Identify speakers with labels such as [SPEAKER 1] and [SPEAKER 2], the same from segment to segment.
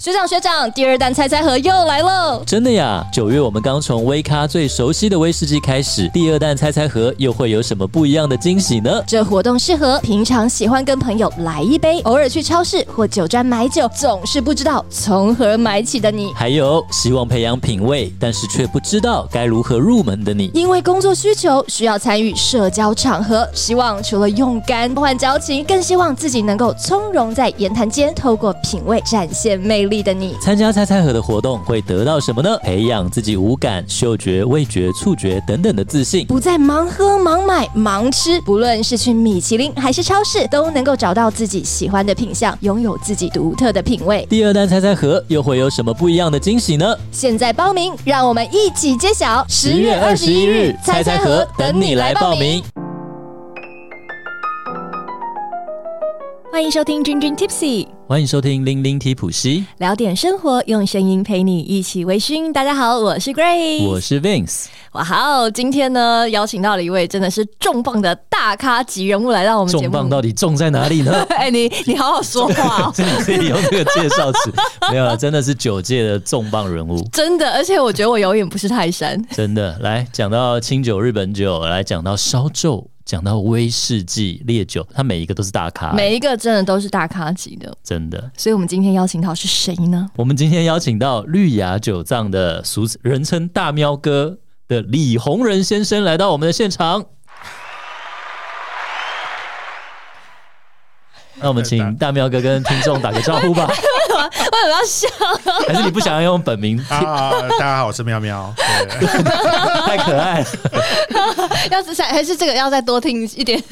[SPEAKER 1] 学长学长，第二弹猜猜盒又来喽！
[SPEAKER 2] 真的呀！九月我们刚从威咖最熟悉的威士忌开始，第二弹猜猜盒又会有什么不一样的惊喜呢？
[SPEAKER 1] 这活动适合平常喜欢跟朋友来一杯，偶尔去超市或酒庄买酒，总是不知道从何买起的你，
[SPEAKER 2] 还有希望培养品味，但是却不知道该如何入门的你，
[SPEAKER 1] 因为工作需求需要参与社交场合，希望除了用肝换交情，更希望自己能够从容在言谈间，透过品味展现魅力的你。
[SPEAKER 2] 参加猜猜盒的活动会得到什么呢？培养自己五感、嗅觉、味觉、触觉等等的自信。
[SPEAKER 1] 不再盲喝、盲买、盲吃，不论是去米其林还是超市，都能够找到自己喜欢的品相，拥有自己独特的品味。
[SPEAKER 2] 第二弹猜猜盒又会有什么不一样的惊喜呢？
[SPEAKER 1] 现在报名，让我们一起揭晓。10 21
[SPEAKER 2] 猜猜盒等你来报名。。
[SPEAKER 1] 欢迎收听君君 Tipsy，
[SPEAKER 2] 欢迎收听《零零提普西
[SPEAKER 1] 聊点生活，用声音陪你一起微醺。大家好，我是》，Grace，
[SPEAKER 2] 我是 Vince。
[SPEAKER 1] 哇哈哦！今天呢，邀请到了一位真的是重磅的大咖级人物来到我们节目。
[SPEAKER 2] 重磅到底重在哪里呢？
[SPEAKER 1] 哎、你你好好 说话、 哦。
[SPEAKER 2] 是你自己用这个介绍词， 没有了，啊真的是九界的重磅人物，
[SPEAKER 1] 真的，而且我觉得我永远不是泰山。
[SPEAKER 2] 真的。来讲到清酒、日本酒，来讲到烧酒，讲到威士忌、烈酒，它每一个都是大咖，
[SPEAKER 1] 每一个真的都是大咖级的。
[SPEAKER 2] 真的。
[SPEAKER 1] 所以我们今天邀请到是谁 呢？
[SPEAKER 2] 我们今天邀请到绿芽酒藏的俗人称大喵哥的李弘仁先生来到我们的现场。那我们请大喵哥跟听众打个招呼吧，
[SPEAKER 1] 为什么要笑？
[SPEAKER 2] 还是你不想要用本名？
[SPEAKER 3] 啊，大家好，我是喵喵。对
[SPEAKER 2] 太可爱了。
[SPEAKER 1] 要是还是这个要再多听一点？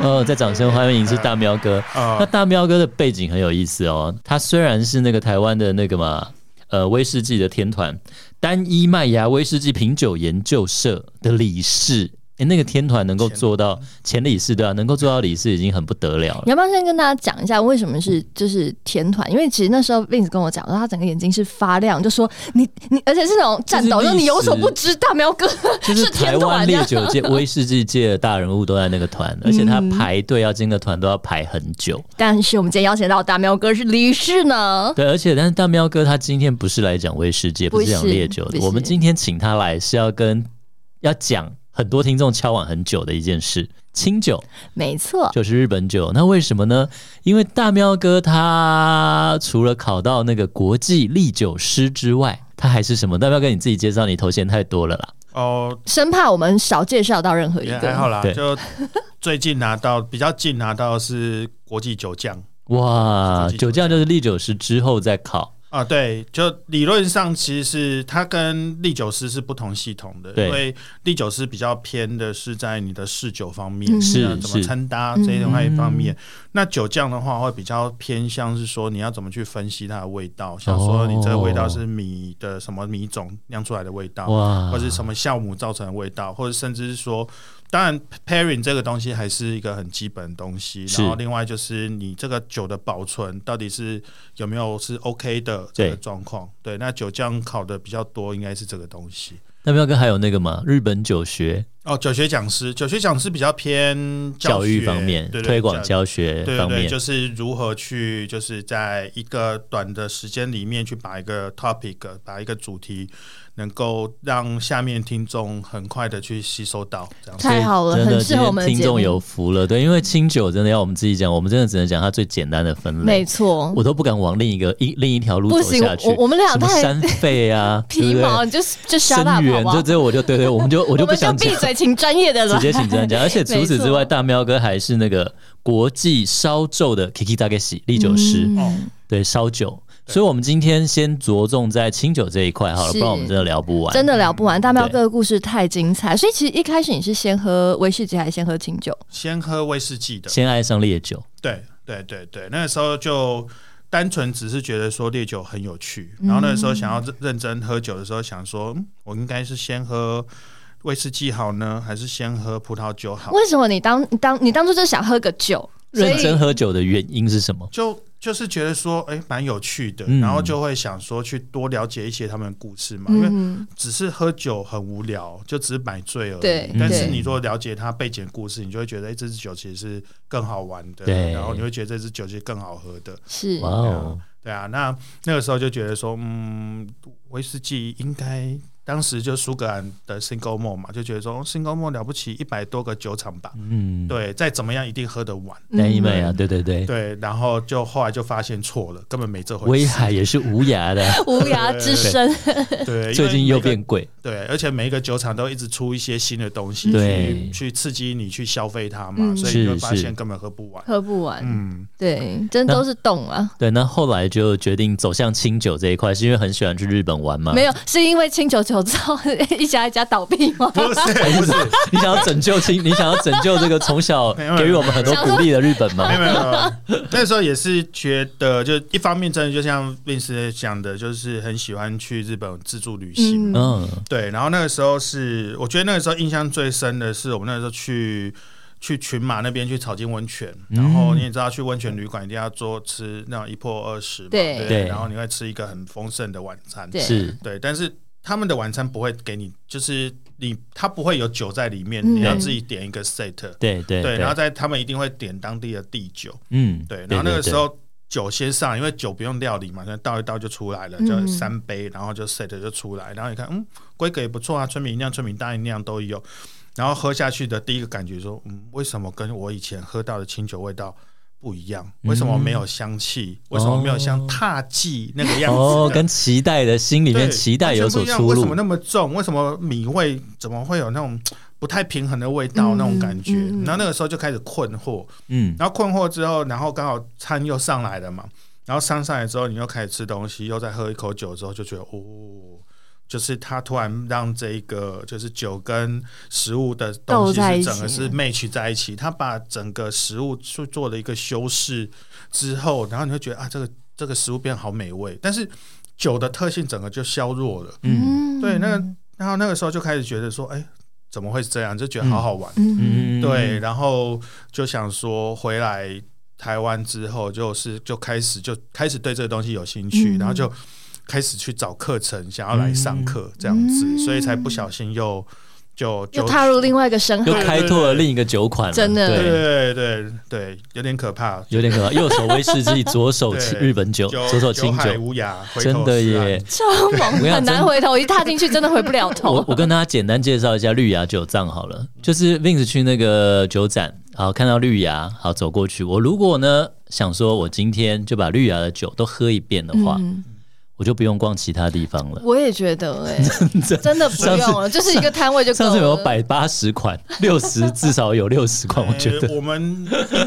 [SPEAKER 2] 哦，在掌声欢迎是大喵哥。
[SPEAKER 3] 啊
[SPEAKER 2] 那大喵哥的背景很有意思哦，他虽然是那个台湾的那个嘛，呃，威士忌的天团单一麦芽威士忌品酒研究社的理事。诶，那个天团能够做到前理事对啊，能够做到理事已经很不得了了。
[SPEAKER 1] 你要不要先跟大家讲一下为什么是就是天团？因为其实那时候 Vince 跟我讲说，他整个眼睛是发亮，就说你你，而且是那种战斗，
[SPEAKER 2] 这
[SPEAKER 1] 就是
[SPEAKER 2] 历史
[SPEAKER 1] 你有所不知，大喵哥
[SPEAKER 2] 就是台
[SPEAKER 1] 天
[SPEAKER 2] 湾
[SPEAKER 1] 团
[SPEAKER 2] 烈
[SPEAKER 1] 的。
[SPEAKER 2] 酒 界、威士忌界的大人物都在那个团，而且他排队要进个团都要排很久。
[SPEAKER 1] 但是我们今天邀请到大喵哥是李氏呢，
[SPEAKER 2] 对，而且但是大喵哥他今天不是来讲威士忌，
[SPEAKER 1] 不
[SPEAKER 2] 不是讲
[SPEAKER 1] 是
[SPEAKER 2] 烈酒的。
[SPEAKER 1] 不
[SPEAKER 2] 我们
[SPEAKER 1] 是
[SPEAKER 2] 今天请他来是要跟要讲很多听众敲碗很久的一件事，清酒
[SPEAKER 1] 没错，
[SPEAKER 2] 就是日本酒。那为什么呢？因为大喵哥他除了考到那个国际历酒师之外，他还是什么？大喵哥你自己介绍，你头衔太多了啦。
[SPEAKER 3] 哦，
[SPEAKER 1] 生怕我们少介绍到任何一
[SPEAKER 3] 也
[SPEAKER 1] 个。
[SPEAKER 3] 还好啦
[SPEAKER 2] 对，
[SPEAKER 3] 就最近拿到比较近拿到是国际酒匠
[SPEAKER 2] 哇
[SPEAKER 3] 国，际酒
[SPEAKER 2] 酒匠就是历酒师之后再考，
[SPEAKER 3] 啊，对，就理论上其实是它跟历酒师是不同系统的，
[SPEAKER 2] 对
[SPEAKER 3] 因为历酒师比较偏的是在你的侍酒方
[SPEAKER 1] 嗯
[SPEAKER 3] 面，
[SPEAKER 2] 是
[SPEAKER 3] 那怎么
[SPEAKER 2] 是
[SPEAKER 3] 穿搭这一块方面。那酒匠的话会比较偏向是说你要怎么去分析它的味道，
[SPEAKER 2] 哦
[SPEAKER 3] 像说你这个味道是米的什么米种酿出来的味道，
[SPEAKER 2] 哇，
[SPEAKER 3] 啊或者什么酵母造成的味道，或者甚至是说，当然 pairing 这个东西还是一个很基本的东西。
[SPEAKER 2] 是
[SPEAKER 3] 然后另外就是你这个酒的保存到底是有没有是 OK 的
[SPEAKER 2] 对
[SPEAKER 3] 这个状况。对，那酒匠考的比较多，应该是这个东西。
[SPEAKER 2] 大喵哥还有那个嘛，日本酒学
[SPEAKER 3] 哦，酒学讲师，酒学讲师比较偏
[SPEAKER 2] 教
[SPEAKER 3] 学
[SPEAKER 2] 育方面、
[SPEAKER 3] 对对
[SPEAKER 2] 推广
[SPEAKER 3] 教
[SPEAKER 2] 教学
[SPEAKER 3] 对对
[SPEAKER 2] 方
[SPEAKER 3] 对，
[SPEAKER 2] 面，
[SPEAKER 3] 就是如何去，就是在一个短的时间里面去把一个 topic、把一个主题，能够让下面听众很快的去吸收到，这样子。
[SPEAKER 1] 太好了，
[SPEAKER 2] 真的，
[SPEAKER 1] 很适
[SPEAKER 2] 今
[SPEAKER 1] 合我
[SPEAKER 2] 天
[SPEAKER 1] 们的
[SPEAKER 2] 听
[SPEAKER 1] 节目
[SPEAKER 2] 众。有福了，对，因为清酒真的要我们自己讲，我们真的只能讲它最简单的分类
[SPEAKER 1] 没，错，
[SPEAKER 2] 我都不敢往另一个一另一条路
[SPEAKER 1] 不
[SPEAKER 2] 走
[SPEAKER 1] 行
[SPEAKER 2] 下去。
[SPEAKER 1] 我我们俩
[SPEAKER 2] 什么
[SPEAKER 1] 太
[SPEAKER 2] 山肺啊，
[SPEAKER 1] 皮毛，
[SPEAKER 2] 对
[SPEAKER 1] 你就就
[SPEAKER 2] 不对
[SPEAKER 1] 瞎大
[SPEAKER 2] 生
[SPEAKER 1] 跑
[SPEAKER 2] 源，
[SPEAKER 1] 吧
[SPEAKER 2] 就。只有我就对对，我们就我
[SPEAKER 1] 我
[SPEAKER 2] 就不
[SPEAKER 1] 们就
[SPEAKER 2] 想讲
[SPEAKER 1] 闭，嘴，请专业的来。
[SPEAKER 2] 直接 请专家。而且除此之
[SPEAKER 1] 没
[SPEAKER 2] 外，
[SPEAKER 1] 错
[SPEAKER 2] 大喵哥还是那个国际烧酒的 Kiki Dageshi 历酒师，
[SPEAKER 1] 嗯
[SPEAKER 3] 哦
[SPEAKER 2] 对烧酒。所以，我们今天先着重在清酒这一块好了，
[SPEAKER 1] 是
[SPEAKER 2] 不然我们真的聊不完。
[SPEAKER 1] 真的聊不完，大喵
[SPEAKER 2] 对
[SPEAKER 1] 哥的故事太精彩，所以其实一开始你是先喝威士忌还是先喝清酒？
[SPEAKER 3] 先喝威士忌的，
[SPEAKER 2] 先爱上烈酒，
[SPEAKER 3] 对对对对，那个时候就单纯只是觉得说烈酒很有趣，然后那个时候想要认认真喝酒的时候，想说、嗯我应该是先喝威士忌好呢，还是先喝葡萄酒好？
[SPEAKER 1] 为什么你当你当你当初就想喝个酒？所以
[SPEAKER 2] 认真喝酒的原因是什么？
[SPEAKER 3] 就就是觉得说，哎、蛮有趣的，
[SPEAKER 2] 嗯
[SPEAKER 3] 然后就会想说去多了解一些他们的故事嘛，因为
[SPEAKER 4] 嗯，
[SPEAKER 3] 只是喝酒很无聊，就只是买醉而已。
[SPEAKER 4] 对
[SPEAKER 2] 嗯
[SPEAKER 3] 但是
[SPEAKER 4] 对
[SPEAKER 3] 你如果了解他背景故事，你就会觉得，哎、这支酒其实是更好玩的，
[SPEAKER 2] 对
[SPEAKER 3] 然后你会觉得这支酒其实更好喝的，
[SPEAKER 4] 是
[SPEAKER 2] 哇哦，
[SPEAKER 3] 对啊。那那个时候就觉得说，嗯，威士忌应该。当时就苏格兰的 Single Malt 嘛，就觉得说哦 Single Malt 了不起，一百多个酒厂吧，
[SPEAKER 2] 嗯，
[SPEAKER 3] 对，再怎么样一定喝得完，
[SPEAKER 2] 单一麦芽，
[SPEAKER 4] 嗯
[SPEAKER 2] 啊对对对，
[SPEAKER 3] 对。然后就后来就发现错了，根本没这回
[SPEAKER 2] 威
[SPEAKER 3] 事。
[SPEAKER 2] 海也是无牙的，
[SPEAKER 4] 无涯之 声，
[SPEAKER 3] 对，
[SPEAKER 2] 最近
[SPEAKER 3] 因为
[SPEAKER 2] 又
[SPEAKER 3] 每个
[SPEAKER 2] 变贵，
[SPEAKER 3] 对，而且每一个酒厂都一直出一些新的东西，
[SPEAKER 2] 对
[SPEAKER 3] 去去刺激你去消费它嘛，
[SPEAKER 4] 嗯
[SPEAKER 3] 所以你
[SPEAKER 2] 是
[SPEAKER 3] 会发
[SPEAKER 2] 是
[SPEAKER 3] 现根本喝不完。
[SPEAKER 4] 喝不完，
[SPEAKER 3] 嗯，
[SPEAKER 4] 对，真都是懂啊。
[SPEAKER 2] 对，那后来就决定走向清酒这一块，是因为很喜欢去日本玩嘛？
[SPEAKER 4] 没有，是因为清酒酒造 一家一家倒闭 吗？
[SPEAKER 3] 不是
[SPEAKER 2] 哎
[SPEAKER 3] 不是，
[SPEAKER 2] 你想要拯 救清，你想要拯救这个从小
[SPEAKER 3] 没有
[SPEAKER 2] 给予我们很多鼓励的日本
[SPEAKER 3] 没有
[SPEAKER 2] 吗？
[SPEAKER 3] 没有没有， 那时候也是觉得，就一方面真的就像 Vince 讲的，就是很喜欢去日本自助旅行。
[SPEAKER 4] 嗯
[SPEAKER 2] 嗯，
[SPEAKER 3] 对，然后那个时候是，我觉得那个时候印象最深的是，我们那时候去。去群马那边去草金温泉，
[SPEAKER 2] 嗯
[SPEAKER 3] 然后你也知道去温泉旅馆一定要做吃那种一破二十嘛，
[SPEAKER 4] 对
[SPEAKER 3] 不
[SPEAKER 2] 对
[SPEAKER 3] 对，然后你会吃一个很丰盛的晚餐，
[SPEAKER 4] 对
[SPEAKER 2] 是
[SPEAKER 3] 对，但是他们的晚餐不会给你，就是你他不会有酒在里面，
[SPEAKER 4] 嗯
[SPEAKER 3] 你要自己点一个 set。
[SPEAKER 2] 对对
[SPEAKER 3] 对，然后在他们一定会点当地的地酒。
[SPEAKER 2] 嗯，
[SPEAKER 3] 对，然后那个时候酒先上，因为酒不用料理嘛，那倒一倒就出来了，
[SPEAKER 4] 嗯
[SPEAKER 3] 就三杯，然后就 set 就出来，然后你看，嗯，规格也不错啊，村民酿、村民大吟酿都有。然后喝下去的第一个感觉说，嗯，为什么跟我以前喝到的清酒味道？不一样，
[SPEAKER 2] 嗯
[SPEAKER 3] 为什么没有香气？为什么没有像踏迹那个样子？
[SPEAKER 2] 哦，跟期待的心里面
[SPEAKER 3] 对
[SPEAKER 2] 期待
[SPEAKER 3] 完全
[SPEAKER 2] 有
[SPEAKER 3] 不
[SPEAKER 2] 所
[SPEAKER 3] 一样
[SPEAKER 2] 出
[SPEAKER 3] 为什么
[SPEAKER 2] 入，
[SPEAKER 3] 那么重？为什么米味怎么会有那种不太平衡的味道、
[SPEAKER 4] 嗯
[SPEAKER 3] 那种感觉？
[SPEAKER 4] 嗯
[SPEAKER 3] 然后那个时候就开始困惑，
[SPEAKER 2] 嗯，
[SPEAKER 3] 然后困惑之后，然后刚好餐又上来了嘛，然后上上来之后，你又开始吃东西，又再喝一口酒之后，就觉得哦。就是它突然让这一个就是酒跟食物的东
[SPEAKER 4] 斗
[SPEAKER 3] 西
[SPEAKER 4] 在一
[SPEAKER 3] 是
[SPEAKER 4] 起
[SPEAKER 3] 整个是 match 在一起，它把整个食物去做了一个修饰之后，然后你会觉得啊，这个这个食物变好美味，但是酒的特性整个就削弱了。
[SPEAKER 4] 嗯
[SPEAKER 2] 嗯
[SPEAKER 3] 对那个然后那个时候就开始觉得说，哎、怎么会这样？就觉得好好玩。
[SPEAKER 4] 嗯
[SPEAKER 2] 嗯，
[SPEAKER 3] 对，，然后就想说回来台湾之后，就是就开始就开始对这个东西有兴趣，
[SPEAKER 4] 嗯
[SPEAKER 3] 然后就开始去找课程，想要来上课这样子，
[SPEAKER 4] 嗯
[SPEAKER 3] 所以才不小心又就就
[SPEAKER 4] 又踏入另外一个深
[SPEAKER 2] 又
[SPEAKER 4] 海，
[SPEAKER 2] 开拓了另一个酒款了，
[SPEAKER 4] 真的
[SPEAKER 3] 对
[SPEAKER 2] 对，
[SPEAKER 3] 对对对，有点可怕。
[SPEAKER 2] 有点可怕，右手威士 忌，左手清
[SPEAKER 3] 对
[SPEAKER 2] 日本酒，
[SPEAKER 3] 酒
[SPEAKER 2] 左手清
[SPEAKER 3] 海
[SPEAKER 2] 酒，
[SPEAKER 3] 无涯，回
[SPEAKER 2] 真
[SPEAKER 3] 头
[SPEAKER 2] 的
[SPEAKER 3] 是岸
[SPEAKER 2] 耶，！
[SPEAKER 4] 超猛，
[SPEAKER 2] 我想
[SPEAKER 4] 很难
[SPEAKER 2] 真
[SPEAKER 4] 回头，一踏进去真的回不了
[SPEAKER 2] 我
[SPEAKER 4] 头。
[SPEAKER 2] 我跟大家简单介绍一下绿芽酒藏好了，就是 Vince 去那个酒展，好看到绿芽，好走过去。我如果呢想说，我今天就把绿芽的酒都喝一遍的话，
[SPEAKER 4] 嗯，
[SPEAKER 2] 我就不用逛其他地方了。
[SPEAKER 4] 我也觉得 哎、真的不用了，就是一个摊位就够
[SPEAKER 2] 上
[SPEAKER 4] 了。
[SPEAKER 2] 次有百八十款，六十至少有六十款，我觉得
[SPEAKER 3] 呃我们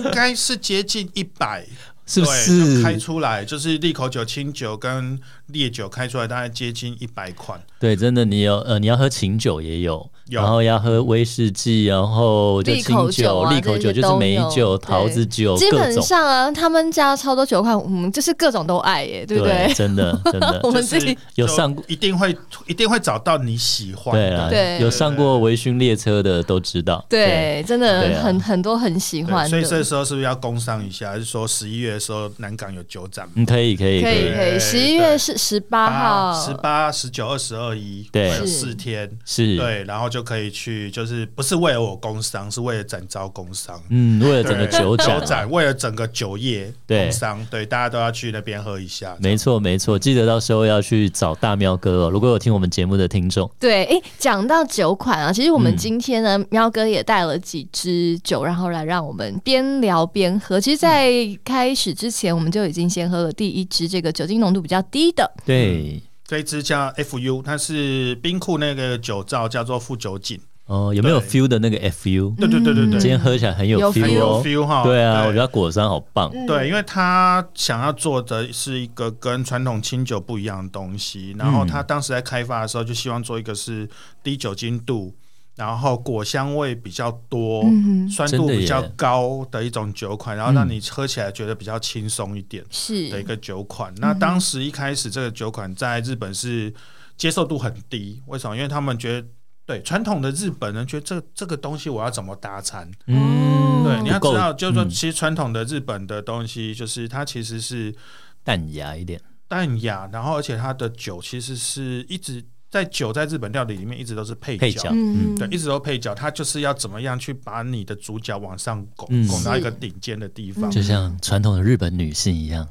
[SPEAKER 3] 应该是接近一百，
[SPEAKER 2] 是不
[SPEAKER 3] 对就开
[SPEAKER 2] 是？
[SPEAKER 3] 出来就是利口酒、清酒跟烈酒开出来，大概接近一百款。
[SPEAKER 2] 对，真的，你有呃，你要喝琴酒也有，
[SPEAKER 3] 有
[SPEAKER 2] 然后要喝威士忌，然后就
[SPEAKER 4] 利口酒
[SPEAKER 2] 清酒、
[SPEAKER 4] 啊
[SPEAKER 2] 利口酒，
[SPEAKER 4] 这些
[SPEAKER 2] 就
[SPEAKER 4] 都
[SPEAKER 2] 是梅
[SPEAKER 4] 有
[SPEAKER 2] 酒、
[SPEAKER 4] 对
[SPEAKER 2] 桃子酒，
[SPEAKER 4] 基
[SPEAKER 2] 各
[SPEAKER 4] 本
[SPEAKER 2] 种，
[SPEAKER 4] 上啊，他们家超多酒款，我们就是各种都爱耶、对不对？
[SPEAKER 2] 真的真的
[SPEAKER 4] 我们
[SPEAKER 3] 就是
[SPEAKER 4] 自己
[SPEAKER 2] 有上过
[SPEAKER 3] 就一定会一定会找到你喜欢
[SPEAKER 2] 对
[SPEAKER 3] 的。
[SPEAKER 2] 啊，
[SPEAKER 4] 对
[SPEAKER 2] 有上过微醺列车的都知道。
[SPEAKER 4] 对，真
[SPEAKER 2] 对
[SPEAKER 4] 的
[SPEAKER 2] 啊
[SPEAKER 4] 很、很多很喜
[SPEAKER 3] 对
[SPEAKER 4] 欢
[SPEAKER 3] 所
[SPEAKER 4] 的
[SPEAKER 3] 以，这时候是不是要工商一下？就是说十一月的时候，南港有酒展嘛，
[SPEAKER 2] 嗯，可以，可以，
[SPEAKER 4] 可
[SPEAKER 2] 可
[SPEAKER 4] 以
[SPEAKER 2] 以，
[SPEAKER 4] 可以。
[SPEAKER 3] 对
[SPEAKER 4] 十一月是十八号，
[SPEAKER 3] 十八、十九、二十、二一，
[SPEAKER 2] 对
[SPEAKER 3] 有
[SPEAKER 4] 是
[SPEAKER 3] 四天，
[SPEAKER 2] 是，
[SPEAKER 3] 对，然后就可以去，就是不是为了我工商，是为了展招工商。
[SPEAKER 2] 嗯，为了整个
[SPEAKER 3] 对
[SPEAKER 2] 酒展
[SPEAKER 3] 酒，展为了整个酒业
[SPEAKER 2] 对
[SPEAKER 3] 工商，对大家都要去那边喝一下。
[SPEAKER 2] 没错，没错，记得到时候要去找大喵哥哦。如果有听我们节目的听众，
[SPEAKER 4] 对，哎，讲到酒款啊，其实我们
[SPEAKER 2] 嗯
[SPEAKER 4] 今天呢，喵哥也带了几支酒，然后来让我们边聊边喝。其实，在开始之前，我们就已经先喝了第一支这个酒精浓度比较低的，
[SPEAKER 2] 对，
[SPEAKER 3] 这一支叫 FU，它是冰库那个酒造叫做负酒井。
[SPEAKER 2] 哦，有没有
[SPEAKER 3] 对
[SPEAKER 2] feel 的那个 FU？
[SPEAKER 4] 嗯
[SPEAKER 3] 对对对对
[SPEAKER 2] 今
[SPEAKER 3] 对，
[SPEAKER 2] 天喝起来很有
[SPEAKER 4] 有哦
[SPEAKER 2] feel
[SPEAKER 3] 很有
[SPEAKER 2] 哦。
[SPEAKER 3] feel 哈。
[SPEAKER 2] 对啊，我觉得果山好棒。
[SPEAKER 4] 嗯
[SPEAKER 3] 对，因为他想要做的是一个跟传统清酒不一样的东西，然后
[SPEAKER 4] 嗯
[SPEAKER 3] 他当时在开发的时候就希望做一个是低酒精度，然后果香味比较多。
[SPEAKER 4] 嗯哼，嗯
[SPEAKER 3] 酸
[SPEAKER 2] 真
[SPEAKER 3] 度
[SPEAKER 2] 的耶
[SPEAKER 3] 比较高的一种酒款，然后让你喝起来觉得比较轻松一点的一
[SPEAKER 4] 是，
[SPEAKER 3] 个酒款。
[SPEAKER 4] 嗯
[SPEAKER 3] 那当时一开始这个酒款在日本是接受度很低，为什么？因为他们觉得对传统的日本人觉得这这个东西我要怎么搭餐？
[SPEAKER 4] 哦
[SPEAKER 3] 对，你要
[SPEAKER 2] 不
[SPEAKER 3] 知
[SPEAKER 2] 嗯够
[SPEAKER 3] 道，就是说，
[SPEAKER 2] 嗯
[SPEAKER 3] 其实传统的日本的东西，就是它其实是嗯
[SPEAKER 2] 淡雅一点，
[SPEAKER 3] 淡雅，然后而且它的酒其实是一直在酒在日本料理里面一直都是配
[SPEAKER 2] 配
[SPEAKER 3] 角
[SPEAKER 2] 角，
[SPEAKER 4] 嗯，
[SPEAKER 3] 对，一直都配角，它就是要怎么样去把你的主角往上拱，
[SPEAKER 2] 嗯
[SPEAKER 3] 拱到一个
[SPEAKER 4] 是
[SPEAKER 3] 顶尖的地方。
[SPEAKER 2] 就像传统的日本女性一样。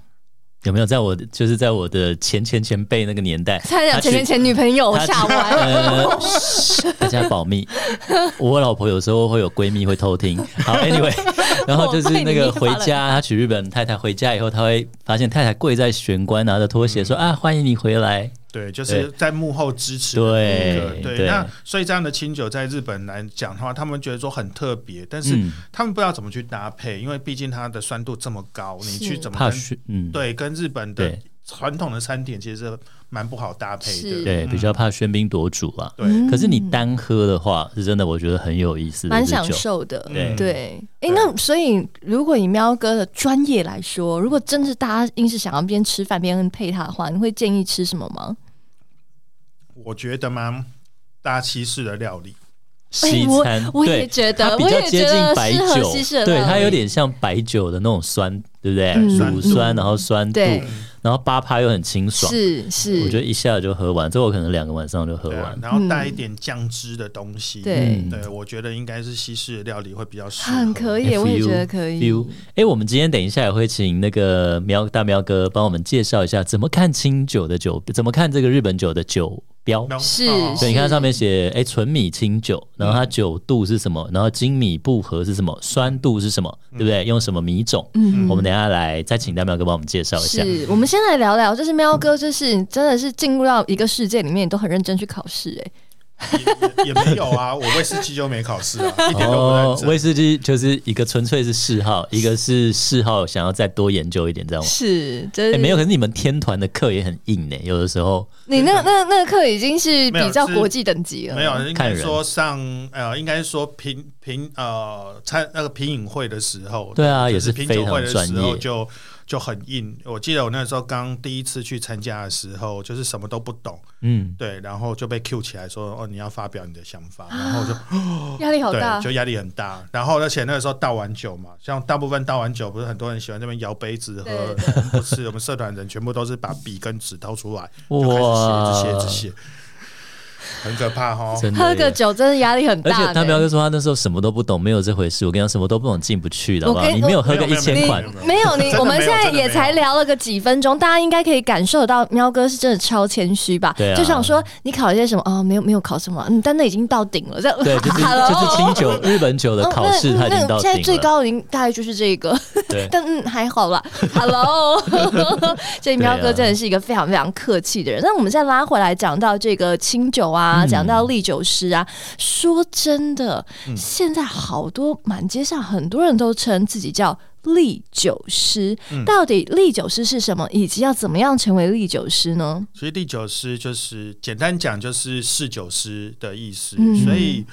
[SPEAKER 2] 有没有在我的就是在我的前前前辈那个年代，
[SPEAKER 4] 差点讲前前前女朋友
[SPEAKER 2] 他去
[SPEAKER 4] 吓完了。
[SPEAKER 2] 呃，嘘大家保密。我老婆有时候会有闺蜜会偷听。好，anyway，然后就是那个回家，她娶日本太太回家以后，她会发现太太跪在玄关，拿着拖鞋
[SPEAKER 1] 嗯
[SPEAKER 2] 说、啊，欢迎你回来。
[SPEAKER 3] 对，就是在幕后支持的那
[SPEAKER 2] 对
[SPEAKER 3] 个。对，
[SPEAKER 2] 对，
[SPEAKER 3] 那所以这样的清酒在日本来讲的话，他们觉得说很特别，但是
[SPEAKER 2] 嗯，
[SPEAKER 3] 他们不知道怎么去搭配，因为毕竟它的酸度这么高，你
[SPEAKER 4] 是
[SPEAKER 3] 去怎么
[SPEAKER 2] 怕
[SPEAKER 3] 跟
[SPEAKER 2] 熏，嗯，
[SPEAKER 3] 对跟日本的
[SPEAKER 2] 对
[SPEAKER 3] 传统的餐点其实是蛮不好搭配
[SPEAKER 4] 是
[SPEAKER 3] 的。
[SPEAKER 2] 对，
[SPEAKER 3] 嗯
[SPEAKER 2] 比较怕喧宾夺主啦。
[SPEAKER 3] 对
[SPEAKER 2] 可是你单喝的话，是真的，我觉得很有意思的
[SPEAKER 1] 蛮
[SPEAKER 2] 一支
[SPEAKER 1] 享
[SPEAKER 2] 酒
[SPEAKER 1] 受的。
[SPEAKER 2] 嗯对
[SPEAKER 1] 对，哎、
[SPEAKER 3] 对
[SPEAKER 1] 那所以如果以喵哥的专业来说，如果真是大家硬是想要边吃饭边配它的话，你会建议吃什么吗？
[SPEAKER 3] 我觉得嘛，大西式的料理，
[SPEAKER 2] 西
[SPEAKER 1] 哎我
[SPEAKER 2] 餐，
[SPEAKER 1] 我也
[SPEAKER 2] 对
[SPEAKER 1] 觉
[SPEAKER 2] 它
[SPEAKER 1] 得，
[SPEAKER 2] 比
[SPEAKER 1] 我
[SPEAKER 2] 较
[SPEAKER 1] 也
[SPEAKER 2] 接
[SPEAKER 1] 觉
[SPEAKER 2] 近
[SPEAKER 1] 得
[SPEAKER 2] 白
[SPEAKER 1] 适合
[SPEAKER 2] 酒
[SPEAKER 1] 西式的，
[SPEAKER 2] 对，
[SPEAKER 1] 料
[SPEAKER 2] 它有
[SPEAKER 1] 理
[SPEAKER 2] 点像白酒的那种酸，对不对？
[SPEAKER 3] 酸
[SPEAKER 2] 乳
[SPEAKER 3] 度
[SPEAKER 2] 酸，然后酸度，
[SPEAKER 1] 对
[SPEAKER 2] 然后八趴又很清爽，
[SPEAKER 1] 是是，
[SPEAKER 2] 我觉得一下就喝完，这我可能两个晚上就喝
[SPEAKER 3] 对啊
[SPEAKER 2] 完。
[SPEAKER 3] 然后带一点酱汁的东西。
[SPEAKER 1] 对
[SPEAKER 2] 嗯
[SPEAKER 3] 对，啊我觉得应该是西式的料理会比较适合。
[SPEAKER 1] 很可以，
[SPEAKER 2] F
[SPEAKER 1] 我也觉
[SPEAKER 2] U，
[SPEAKER 1] 得可以
[SPEAKER 2] U，。哎、我们今天等一下也会请那个喵大喵哥帮我们介绍一下怎么看清酒的酒，怎么看这个日本酒的酒标。
[SPEAKER 3] No？
[SPEAKER 1] 是
[SPEAKER 3] 哦
[SPEAKER 2] 所以你看它上面写，哎、纯米清酒，
[SPEAKER 3] 嗯
[SPEAKER 2] 然后它酒度是什么，然后精米步合是什么，酸度是什么，
[SPEAKER 3] 嗯
[SPEAKER 2] 对不对？用什么米种？
[SPEAKER 1] 嗯
[SPEAKER 2] 我们等一下来再请大喵哥帮我们介绍一下。
[SPEAKER 1] 是我们先来聊聊，就是喵哥，就是你真的是进入到一个世界里面，你都很认真去考试、哎，
[SPEAKER 3] 也也也没有啊，我威士忌就没考试 啊，一点都不认
[SPEAKER 2] 哦，
[SPEAKER 3] 真。
[SPEAKER 2] 威士忌就是一个纯粹是嗜好，一个是嗜好想要再多研究一点，这样吗？
[SPEAKER 1] 是，真
[SPEAKER 2] 哎、
[SPEAKER 1] 的
[SPEAKER 2] 没有，可是你们天团的课也很硬呢、有的时候
[SPEAKER 1] 你那那那个课已经是比较
[SPEAKER 3] 没有是
[SPEAKER 1] 国际等级了，
[SPEAKER 3] 没有，
[SPEAKER 2] 看
[SPEAKER 3] 应该
[SPEAKER 2] 人
[SPEAKER 3] 说上呃，应该说品品呃餐那个品饮会的时候，
[SPEAKER 2] 对啊
[SPEAKER 3] 就
[SPEAKER 2] 也是
[SPEAKER 3] 品
[SPEAKER 2] 非
[SPEAKER 3] 酒会
[SPEAKER 2] 常
[SPEAKER 3] 的
[SPEAKER 2] 专
[SPEAKER 3] 时候
[SPEAKER 2] 业
[SPEAKER 3] 就就很硬。我记得我那时候刚第一次去参加的时候，就是什么都不懂，
[SPEAKER 2] 嗯，
[SPEAKER 3] 对，然后就被 Q 起来说哦，你要发表你的想法，然后我就
[SPEAKER 1] 压啊力好大
[SPEAKER 3] 对，，就压力很大。然后而且那个时候倒完酒嘛，像大部分倒完酒，不是很多人喜欢这边摇杯子喝，不是我们社团人全部都是把笔跟纸掏出来，就开始写，一直写，一直写，很可怕哈。
[SPEAKER 2] 真的耶。
[SPEAKER 1] 喝个酒真的压力很
[SPEAKER 2] 而
[SPEAKER 1] 大、
[SPEAKER 2] 且他苗
[SPEAKER 1] 哎
[SPEAKER 2] 哥说他那时候什么都不懂，没有这回事。我跟你讲，什么都不懂进不去的，好
[SPEAKER 1] 我
[SPEAKER 2] 不好？
[SPEAKER 1] 跟
[SPEAKER 2] 你没有喝个
[SPEAKER 3] 没
[SPEAKER 2] 一
[SPEAKER 3] 有没有
[SPEAKER 2] 千款
[SPEAKER 3] 没有，没有
[SPEAKER 1] 没有你
[SPEAKER 3] 真，的
[SPEAKER 1] 我们
[SPEAKER 3] 没有
[SPEAKER 1] 现在
[SPEAKER 3] 真的
[SPEAKER 1] 也
[SPEAKER 3] 没有
[SPEAKER 1] 才聊了个几分钟，大家应该可以感受到喵哥是真的超谦虚吧？
[SPEAKER 2] 对啊
[SPEAKER 1] 就想说你考一些什么哦，没有没有考什么，嗯，但那已经到顶了，这
[SPEAKER 2] 对，就 是
[SPEAKER 1] Hello
[SPEAKER 2] 就是清酒日本酒的
[SPEAKER 1] 嗯
[SPEAKER 2] 考试，
[SPEAKER 1] 那
[SPEAKER 2] 他已经到
[SPEAKER 1] 那现在
[SPEAKER 2] 顶
[SPEAKER 1] 最
[SPEAKER 2] 了。
[SPEAKER 1] 高龄大概就是这个，
[SPEAKER 2] 对，
[SPEAKER 1] 但嗯还好 啦。Hello，所以喵
[SPEAKER 2] 啊
[SPEAKER 1] 哥真的是一个非常非常客气的人。那我们再拉回来讲到这个清酒啊，
[SPEAKER 2] 嗯
[SPEAKER 1] 讲到利酒师啊，说真的，现在好多满街上很多人都称自己叫。利酒师
[SPEAKER 3] 嗯
[SPEAKER 1] 到底利酒师是什么，以及要怎么样成为利酒师呢？
[SPEAKER 3] 所以第九师就是简单讲就是侍酒师的意思，
[SPEAKER 1] 嗯
[SPEAKER 3] 所以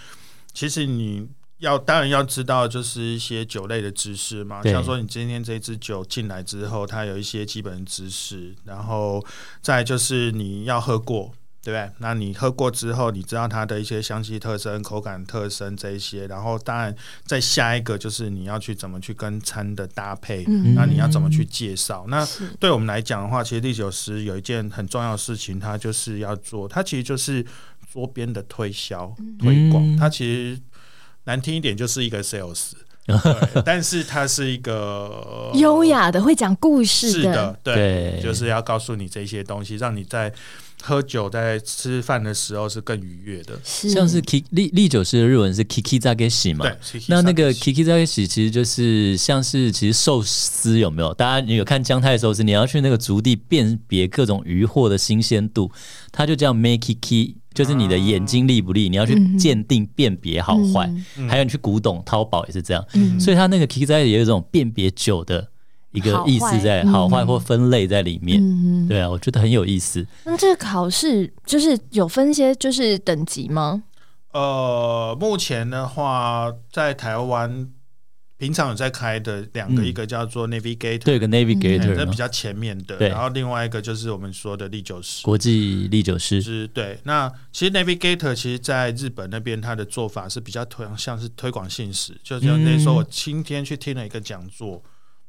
[SPEAKER 3] 其实你。要当然要知道，就是一些酒类的知识嘛，
[SPEAKER 2] 对
[SPEAKER 3] 像说你今天这支酒进来之后，它有一些基本的知识，然后再就是你要喝过，对不对？那你喝过之后，你知道它的一些香气特征、口感特征这一些，然后当然再下一个就是你要去怎么去跟餐的搭配，
[SPEAKER 1] 嗯
[SPEAKER 3] 那你要怎么去介绍？那
[SPEAKER 1] 是
[SPEAKER 3] 对我们来讲的话，其实第九师有一件很重要的事情，它就是要做，它其实就是桌边的推销、推
[SPEAKER 2] 嗯
[SPEAKER 3] 广。它其实难听一点，就是一 个 sales，对但是它是一个
[SPEAKER 1] 优雅的，会讲故
[SPEAKER 3] 是
[SPEAKER 1] 事
[SPEAKER 3] 的，对，
[SPEAKER 2] 对，
[SPEAKER 3] 就是要告诉你这些东西，让你在喝酒、在吃饭的时候是更愉悦的。
[SPEAKER 1] 是
[SPEAKER 2] 像是 K 利利酒师的日文是 Kiki Zageshi 嘛，
[SPEAKER 3] 对，
[SPEAKER 2] 那那个 Kiki z a k i 其实就是像是其实寿司有没有？大家你有看姜太的寿司，你要去那个足地辨别各种鱼货的新鲜度，它就叫 make Kiki，就是你的眼睛利不
[SPEAKER 1] 啊
[SPEAKER 2] 利，你要去鉴定辨别好坏。
[SPEAKER 1] 嗯
[SPEAKER 2] 还有你去古董淘宝也是这样，所以它那个 Kiki z a k i 也有一种辨别酒的一个意思在好
[SPEAKER 1] 好坏
[SPEAKER 2] 坏或分类在里面。
[SPEAKER 1] 嗯，
[SPEAKER 2] 对啊，我觉得很有意思。
[SPEAKER 1] 那这个考试就是有分一些就是等级吗？
[SPEAKER 3] 呃，目前的话，在台湾平常有在开的两个，
[SPEAKER 2] 嗯
[SPEAKER 3] 一个叫做 Navigator，
[SPEAKER 2] 对，有个
[SPEAKER 3] 哎
[SPEAKER 1] 嗯
[SPEAKER 2] Navigator，
[SPEAKER 3] 这
[SPEAKER 2] 嘛
[SPEAKER 3] 比较前面的，
[SPEAKER 2] 对
[SPEAKER 3] 然后另外一个就是我们说的历九十。
[SPEAKER 2] 国际历酒师，
[SPEAKER 3] 是对，那其实 Navigator 其实在日本那边，它的做法是比较推像是推广信使，就是
[SPEAKER 2] 嗯
[SPEAKER 3] 那时候我今天去听了一个讲座，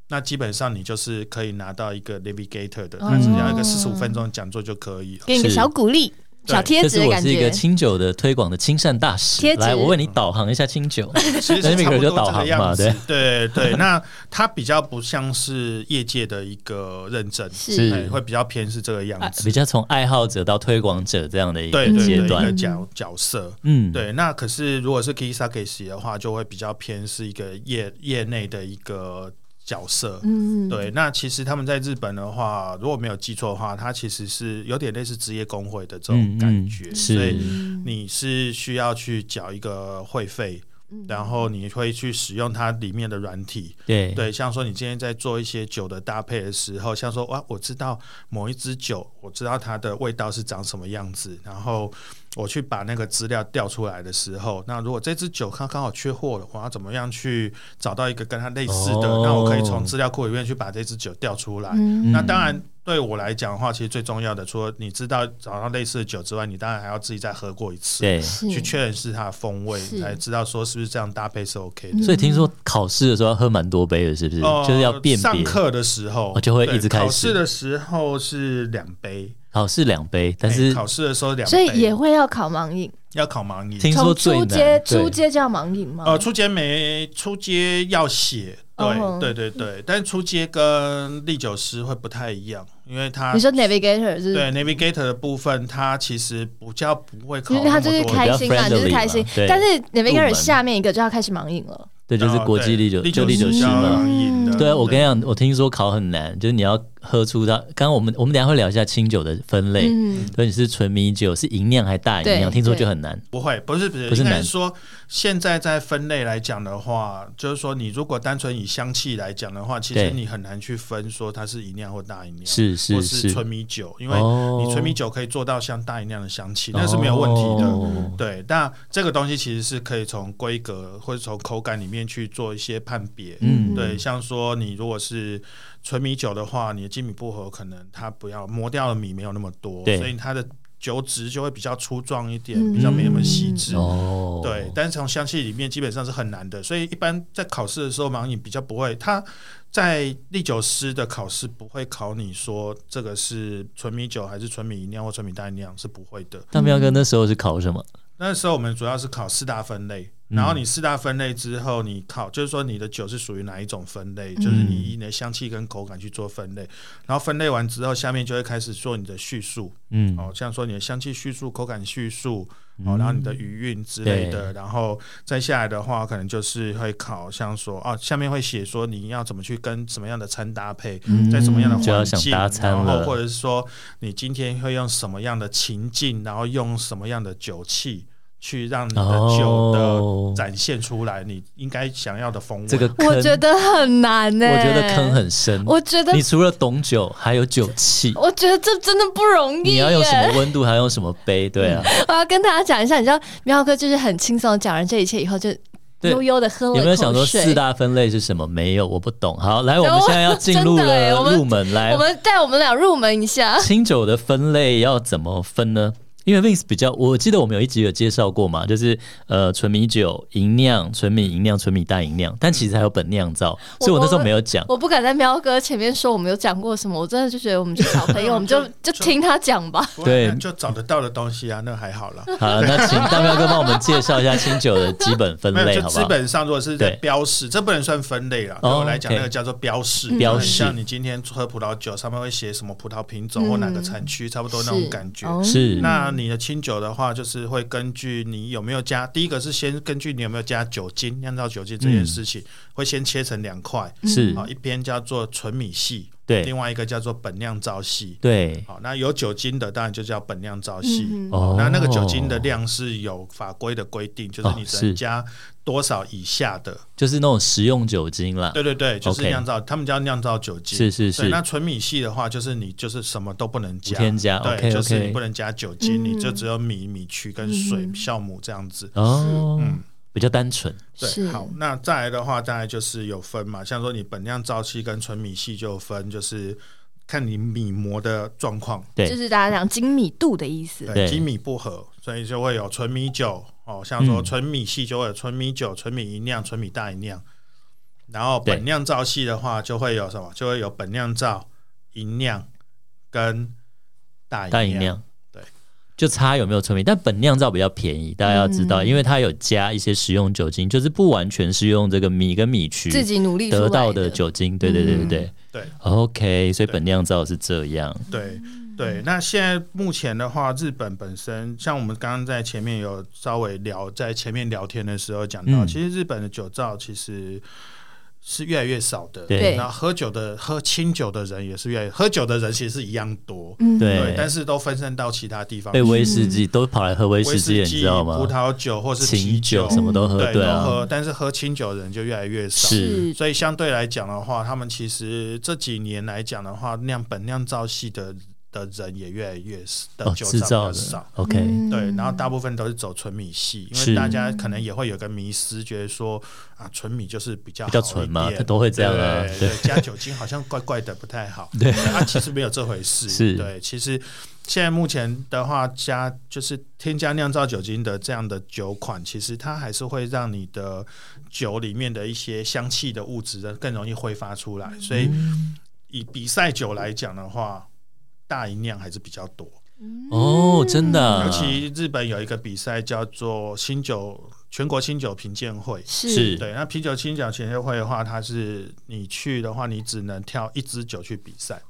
[SPEAKER 3] 那基本上你就是可以拿到一个 Navigator
[SPEAKER 2] 哦
[SPEAKER 3] 的，它只要一个四十五分钟的讲座就可以了。
[SPEAKER 1] 给你个
[SPEAKER 2] 是
[SPEAKER 1] 小鼓励、
[SPEAKER 3] 对
[SPEAKER 1] 小贴
[SPEAKER 2] 这
[SPEAKER 1] 纸
[SPEAKER 2] 是
[SPEAKER 1] 的
[SPEAKER 2] 我
[SPEAKER 1] 感
[SPEAKER 2] 是一个
[SPEAKER 1] 觉。
[SPEAKER 2] 清酒的推广的亲善大使
[SPEAKER 1] 贴。纸
[SPEAKER 2] 来，我为你导航一下清酒。
[SPEAKER 3] 其实是差不多这个
[SPEAKER 2] Navigator
[SPEAKER 3] 样子
[SPEAKER 2] 就导航嘛，
[SPEAKER 3] 对对。那它比较不像是业界的一个认证，
[SPEAKER 2] 是
[SPEAKER 3] 哎会比较偏是这个样
[SPEAKER 2] 啊
[SPEAKER 3] 子。
[SPEAKER 2] 比较从爱好者到推广者这样的一
[SPEAKER 3] 对
[SPEAKER 2] 个
[SPEAKER 3] 对对，
[SPEAKER 2] 阶
[SPEAKER 3] 一个
[SPEAKER 2] 段，
[SPEAKER 3] 角角色，
[SPEAKER 2] 嗯，
[SPEAKER 3] 对。那可是如果是 Kisakesi 的话，就会比较偏是一个业业内的一个角色。
[SPEAKER 1] 嗯，
[SPEAKER 3] 对，那其实他们在日本的话，如果没有记错的话，它其实是有点类似职业工会的这种
[SPEAKER 2] 嗯，
[SPEAKER 3] 感觉，
[SPEAKER 2] 嗯
[SPEAKER 3] 所以
[SPEAKER 2] 是
[SPEAKER 3] 你是需要去缴一个会费，
[SPEAKER 2] 嗯
[SPEAKER 3] 然后你会去使用它里面的软体，
[SPEAKER 2] 对
[SPEAKER 3] 对，像说你今天在做一些酒的搭配的时候，像说哇，我知道某一支酒，我知道它的味道是长什么样子，然后我去把那个资料调出来的时候，那如果这支酒它刚好缺货了，我要怎么样去找到一个跟它类似的？
[SPEAKER 2] 哦
[SPEAKER 3] 那我可以从资料库里面去把这支酒调出来。
[SPEAKER 1] 嗯
[SPEAKER 3] 那当然。对我来讲的话，其实最重要的，除了你知道找到类似的酒之外，你当然还要自己再喝过一次，
[SPEAKER 2] 对。
[SPEAKER 1] 是
[SPEAKER 3] 去确认是它的风味，
[SPEAKER 1] 是嗯
[SPEAKER 3] 才知道说是不是这样搭配是 OK 的。
[SPEAKER 2] 所以听说考试的时候要喝蛮多杯的，是不是？
[SPEAKER 3] 哦，
[SPEAKER 2] 就是要辨
[SPEAKER 3] 上
[SPEAKER 2] 别。
[SPEAKER 3] 课的时候，
[SPEAKER 2] 哦就会一直
[SPEAKER 3] 对
[SPEAKER 2] 开始
[SPEAKER 3] 考试的时候是两杯，
[SPEAKER 2] 考试两杯，但是
[SPEAKER 3] 哎考试的时候两杯，
[SPEAKER 1] 所以也会要考盲饮，
[SPEAKER 3] 要考盲饮。
[SPEAKER 2] 听
[SPEAKER 1] 从
[SPEAKER 2] 说最
[SPEAKER 1] 初
[SPEAKER 2] 难。
[SPEAKER 1] 阶
[SPEAKER 2] 对哦
[SPEAKER 1] 初阶就要盲饮吗？
[SPEAKER 3] 呃，初阶没初阶要写，对、
[SPEAKER 1] 哦
[SPEAKER 3] 对对对，但初阶跟历九师会不太一样，因为它
[SPEAKER 1] 你说 navigator 是
[SPEAKER 3] 对 navigator 的部分，它其实不叫不会考
[SPEAKER 1] 因
[SPEAKER 3] 那
[SPEAKER 1] 为他
[SPEAKER 3] 么
[SPEAKER 1] 就是
[SPEAKER 3] 多。
[SPEAKER 1] 开心嘛，
[SPEAKER 2] 比较 friendly
[SPEAKER 1] 就是开心
[SPEAKER 2] 嘛。对
[SPEAKER 1] 但是
[SPEAKER 2] 入
[SPEAKER 1] Navigator
[SPEAKER 2] 门
[SPEAKER 1] 下面一个就要开始盲饮了，
[SPEAKER 2] 对，
[SPEAKER 3] 哦
[SPEAKER 2] 就是国际历酒，就历酒
[SPEAKER 3] 酒
[SPEAKER 2] 师嘛。
[SPEAKER 3] 嘛
[SPEAKER 2] 对啊，我跟你讲，我听说考很难，就是你要喝出它。刚刚我们我们等一下会聊一下清酒的分类，
[SPEAKER 1] 嗯，
[SPEAKER 2] 所以你是纯米酒，是银酿还是大银酿？
[SPEAKER 1] 对
[SPEAKER 2] 听说就很难。
[SPEAKER 3] 不会，不是不是，
[SPEAKER 2] 不是
[SPEAKER 3] 应该
[SPEAKER 2] 难
[SPEAKER 3] 是说现在在分类来讲的话，就是说你如果单纯以香气来讲的话，其实
[SPEAKER 2] 对
[SPEAKER 3] 你很难去分说它是银酿或大银酿，
[SPEAKER 2] 是
[SPEAKER 3] 或
[SPEAKER 2] 是
[SPEAKER 3] 是
[SPEAKER 2] 是，
[SPEAKER 3] 纯米酒，因为
[SPEAKER 2] 哦，
[SPEAKER 3] 你纯米酒可以做到像大银酿的香气，那是没有问题的。
[SPEAKER 2] 哦
[SPEAKER 3] 对，那这个东西其实是可以从规格或者从口感里面去做一些判别。
[SPEAKER 2] 嗯
[SPEAKER 3] 对，像说你如果是纯米酒的话，你的精米薄荷可能它不要磨掉的米没有那么多，
[SPEAKER 2] 对
[SPEAKER 3] 所以它的酒质就会比较粗壮一点，
[SPEAKER 1] 嗯
[SPEAKER 3] 比较没那么细致。
[SPEAKER 2] 哦，
[SPEAKER 3] 对，但是从香气里面基本上是很难的，所以一般在考试的时候，盲饮比较不会。他在历酒师的考试不会考你说这个是纯米酒还是纯米酿或纯米单酿，是不会的。
[SPEAKER 2] 大喵哥那时候是考什么？
[SPEAKER 3] 那时候我们主要是考四大分类，
[SPEAKER 2] 嗯
[SPEAKER 3] 然后你四大分类之后，你考就是说你的酒是属于哪一种分类，就是你以你的香气跟口感去做分类，然后分类完之后，下面就会开始做你的叙述，
[SPEAKER 2] 嗯，
[SPEAKER 3] 哦，像说你的香气叙述、口感叙述，哦，然后你
[SPEAKER 2] 嗯
[SPEAKER 3] 的余韵之类的，然后再下来的话，可能就是会考像说哦，下面会写说你要怎么去跟什么样的餐搭配，
[SPEAKER 2] 嗯
[SPEAKER 3] 在什么样的
[SPEAKER 2] 就要
[SPEAKER 3] 环
[SPEAKER 2] 想
[SPEAKER 3] 境，
[SPEAKER 2] 搭餐
[SPEAKER 3] 然后
[SPEAKER 2] 了，
[SPEAKER 3] 或者是说你今天会用什么样的情境，然后用什么样的酒气去让你的酒的
[SPEAKER 2] 哦
[SPEAKER 3] 展现出来，你应该想要的风味。啊
[SPEAKER 2] 这个坑，
[SPEAKER 1] 我觉得很难呢。
[SPEAKER 2] 我觉得坑，很深。
[SPEAKER 1] 我觉得
[SPEAKER 2] 你除了懂酒，还有酒气，
[SPEAKER 1] 我觉得这真的不容易
[SPEAKER 2] 你要用什
[SPEAKER 1] 耶。嗯
[SPEAKER 2] 么温度，还要用什么 杯？对啊，
[SPEAKER 1] 我要跟大家讲一下，你知道喵哥就是很轻松地讲完这一切以后，就
[SPEAKER 2] 对
[SPEAKER 1] 悠悠的喝了
[SPEAKER 2] 有没有
[SPEAKER 1] 口
[SPEAKER 2] 想说
[SPEAKER 1] 水
[SPEAKER 2] 四？大分类是什么？没有，我不懂。好，来，我们现在要进入
[SPEAKER 1] 真的欸耶我
[SPEAKER 2] 了
[SPEAKER 1] 们
[SPEAKER 2] 入门，来
[SPEAKER 1] 我，们带我们俩入门一下。
[SPEAKER 2] 清酒的分类要怎么分呢？因为 Vince 比较，我记得我们有一集有介绍过嘛，就是呃纯米酒、银酿、纯米银酿、纯米大银酿，但其实还有本酿造，所以我那时候没有讲。
[SPEAKER 1] 我不敢在喵哥前面说我们有讲过什么，我真的就觉得我们是小朋 友，我们就就听他讲吧。
[SPEAKER 3] 不然
[SPEAKER 2] 对
[SPEAKER 3] 就找得到的东西啊，那还好了。
[SPEAKER 2] 好了，那请大喵哥帮我们介绍一下清酒的基本分
[SPEAKER 3] 没有，
[SPEAKER 2] 类，
[SPEAKER 3] 就
[SPEAKER 2] 好不
[SPEAKER 3] 基
[SPEAKER 2] 好？
[SPEAKER 3] 本上如果是在
[SPEAKER 2] 对
[SPEAKER 3] 标示，这不能算分类啦。
[SPEAKER 2] 哦
[SPEAKER 3] 对我来讲，
[SPEAKER 2] OK
[SPEAKER 3] 那个叫做标示。
[SPEAKER 2] 标
[SPEAKER 3] 就很
[SPEAKER 2] 示
[SPEAKER 3] 像你今天喝葡萄酒，上面会写什么葡萄品种或哪个产区，差不多那种感觉。
[SPEAKER 1] 哦
[SPEAKER 2] 是
[SPEAKER 3] 那你的清酒的话，就是会根据你有没有加，第一个是先根据你有没有加酒精，酿造酒精这件事情，会先切成两块，
[SPEAKER 2] 嗯是，
[SPEAKER 3] 好，一边叫做纯米系，
[SPEAKER 2] 对
[SPEAKER 3] 另外一个叫做本酿造系。
[SPEAKER 2] 对，
[SPEAKER 3] 好，那有酒精的当然就叫本酿造系。
[SPEAKER 1] 嗯
[SPEAKER 2] 哦
[SPEAKER 3] 那那个酒精的量是有法规的规定，就是你
[SPEAKER 2] 哦
[SPEAKER 3] 只能
[SPEAKER 2] 是
[SPEAKER 3] 加多少以下的。
[SPEAKER 2] 就是那种食用酒精啦，
[SPEAKER 3] 对对对，就是
[SPEAKER 2] OK
[SPEAKER 3] 酿造，他们叫酿造酒精。
[SPEAKER 2] 是是
[SPEAKER 3] 对，
[SPEAKER 2] 是
[SPEAKER 3] 那，纯米系的话，就是你就是什么都不能
[SPEAKER 2] 无
[SPEAKER 3] 加。
[SPEAKER 2] 添加
[SPEAKER 3] 对
[SPEAKER 2] ，OK
[SPEAKER 3] 就是你
[SPEAKER 2] OK
[SPEAKER 3] 不。能加酒精，你就只有米、米曲跟水、酵母这样子。
[SPEAKER 2] 哦，比较单纯。
[SPEAKER 3] 对，
[SPEAKER 1] 是
[SPEAKER 3] 好，那再来的话，当然就是有分嘛，像说你本酿糟漆跟纯米系就有分，就是看你米磨的状况，
[SPEAKER 2] 对
[SPEAKER 1] 就是大家讲精米度的意思。
[SPEAKER 2] 对
[SPEAKER 3] 对，精米不合，所以就会有纯米酒哦，像说
[SPEAKER 2] 嗯
[SPEAKER 3] 纯米系就会有纯米酒、纯米一酿、纯米大一酿，然后
[SPEAKER 2] 对
[SPEAKER 3] 本酿造系的话就会有什么？就会有本酿造、一酿跟大
[SPEAKER 2] 大
[SPEAKER 3] 一
[SPEAKER 2] 吟酿，
[SPEAKER 3] 对，
[SPEAKER 2] 就差有没有纯米，但本酿造比较便宜，大家要知道，
[SPEAKER 1] 嗯
[SPEAKER 2] 因为它有加一些食用酒精，就是不完全是用这个米跟米曲
[SPEAKER 1] 自己努力出
[SPEAKER 2] 得
[SPEAKER 1] 来嗯
[SPEAKER 2] 到的酒精，对对对对对。
[SPEAKER 3] 对
[SPEAKER 2] OK，所以本酿造是这样，
[SPEAKER 3] 对对，那现在目前的话，日本本身像我们刚刚在前面有稍微聊，在前面聊天的时候讲到，
[SPEAKER 2] 嗯
[SPEAKER 3] 其实日本的酒造其实是越来越少的，
[SPEAKER 2] 对
[SPEAKER 3] 然后喝酒的喝清酒的人也是越来越喝酒的人其实是一样多，
[SPEAKER 1] 嗯
[SPEAKER 2] 对
[SPEAKER 3] 但是都分散到其他地方
[SPEAKER 2] 被
[SPEAKER 3] 去，
[SPEAKER 2] 威士忌都跑来喝威
[SPEAKER 3] 威
[SPEAKER 2] 士忌了，你知道吗
[SPEAKER 3] 葡？萄酒或是啤
[SPEAKER 2] 琴酒什么都喝，
[SPEAKER 3] 对
[SPEAKER 2] 对
[SPEAKER 3] 都
[SPEAKER 2] 啊，
[SPEAKER 3] 喝，但是喝清酒的人就越来越少。
[SPEAKER 2] 是
[SPEAKER 3] 所以相对来讲的话，他们其实这几年来讲的话，酿本酿造系的的人也越来越少，的
[SPEAKER 2] 哦，
[SPEAKER 3] 酒
[SPEAKER 2] 制造
[SPEAKER 3] 造
[SPEAKER 2] 的
[SPEAKER 3] 比较少。
[SPEAKER 1] 嗯
[SPEAKER 2] OK，
[SPEAKER 3] 对，然后大部分都是走纯米系，因
[SPEAKER 2] 是
[SPEAKER 3] 为大家可能也会有个迷思，觉得说啊，纯米就是比较
[SPEAKER 2] 比较
[SPEAKER 3] 好一
[SPEAKER 2] 纯嘛
[SPEAKER 3] 点
[SPEAKER 2] 它都会这样啊
[SPEAKER 3] 对
[SPEAKER 2] 对
[SPEAKER 3] 对，加酒精好像怪怪的，不 太好。对，啊，其实没有这回事。
[SPEAKER 2] 是
[SPEAKER 3] 对，其实现在目前的话，加就是添加酿造酒精的这样的酒款，其实它还是会让你的酒里面的一些香气的物质更容易挥发出
[SPEAKER 2] 嗯
[SPEAKER 3] 来。所以以比赛酒来讲的话，大一酿还是比较多。
[SPEAKER 2] 哦，真的啊
[SPEAKER 3] 嗯尤，其日本有一个比赛叫做新酒全国新酒评鉴会，
[SPEAKER 2] 是
[SPEAKER 3] 对。那啤酒新酒评鉴会的话，它是你去的话，你只能挑一支酒去比赛，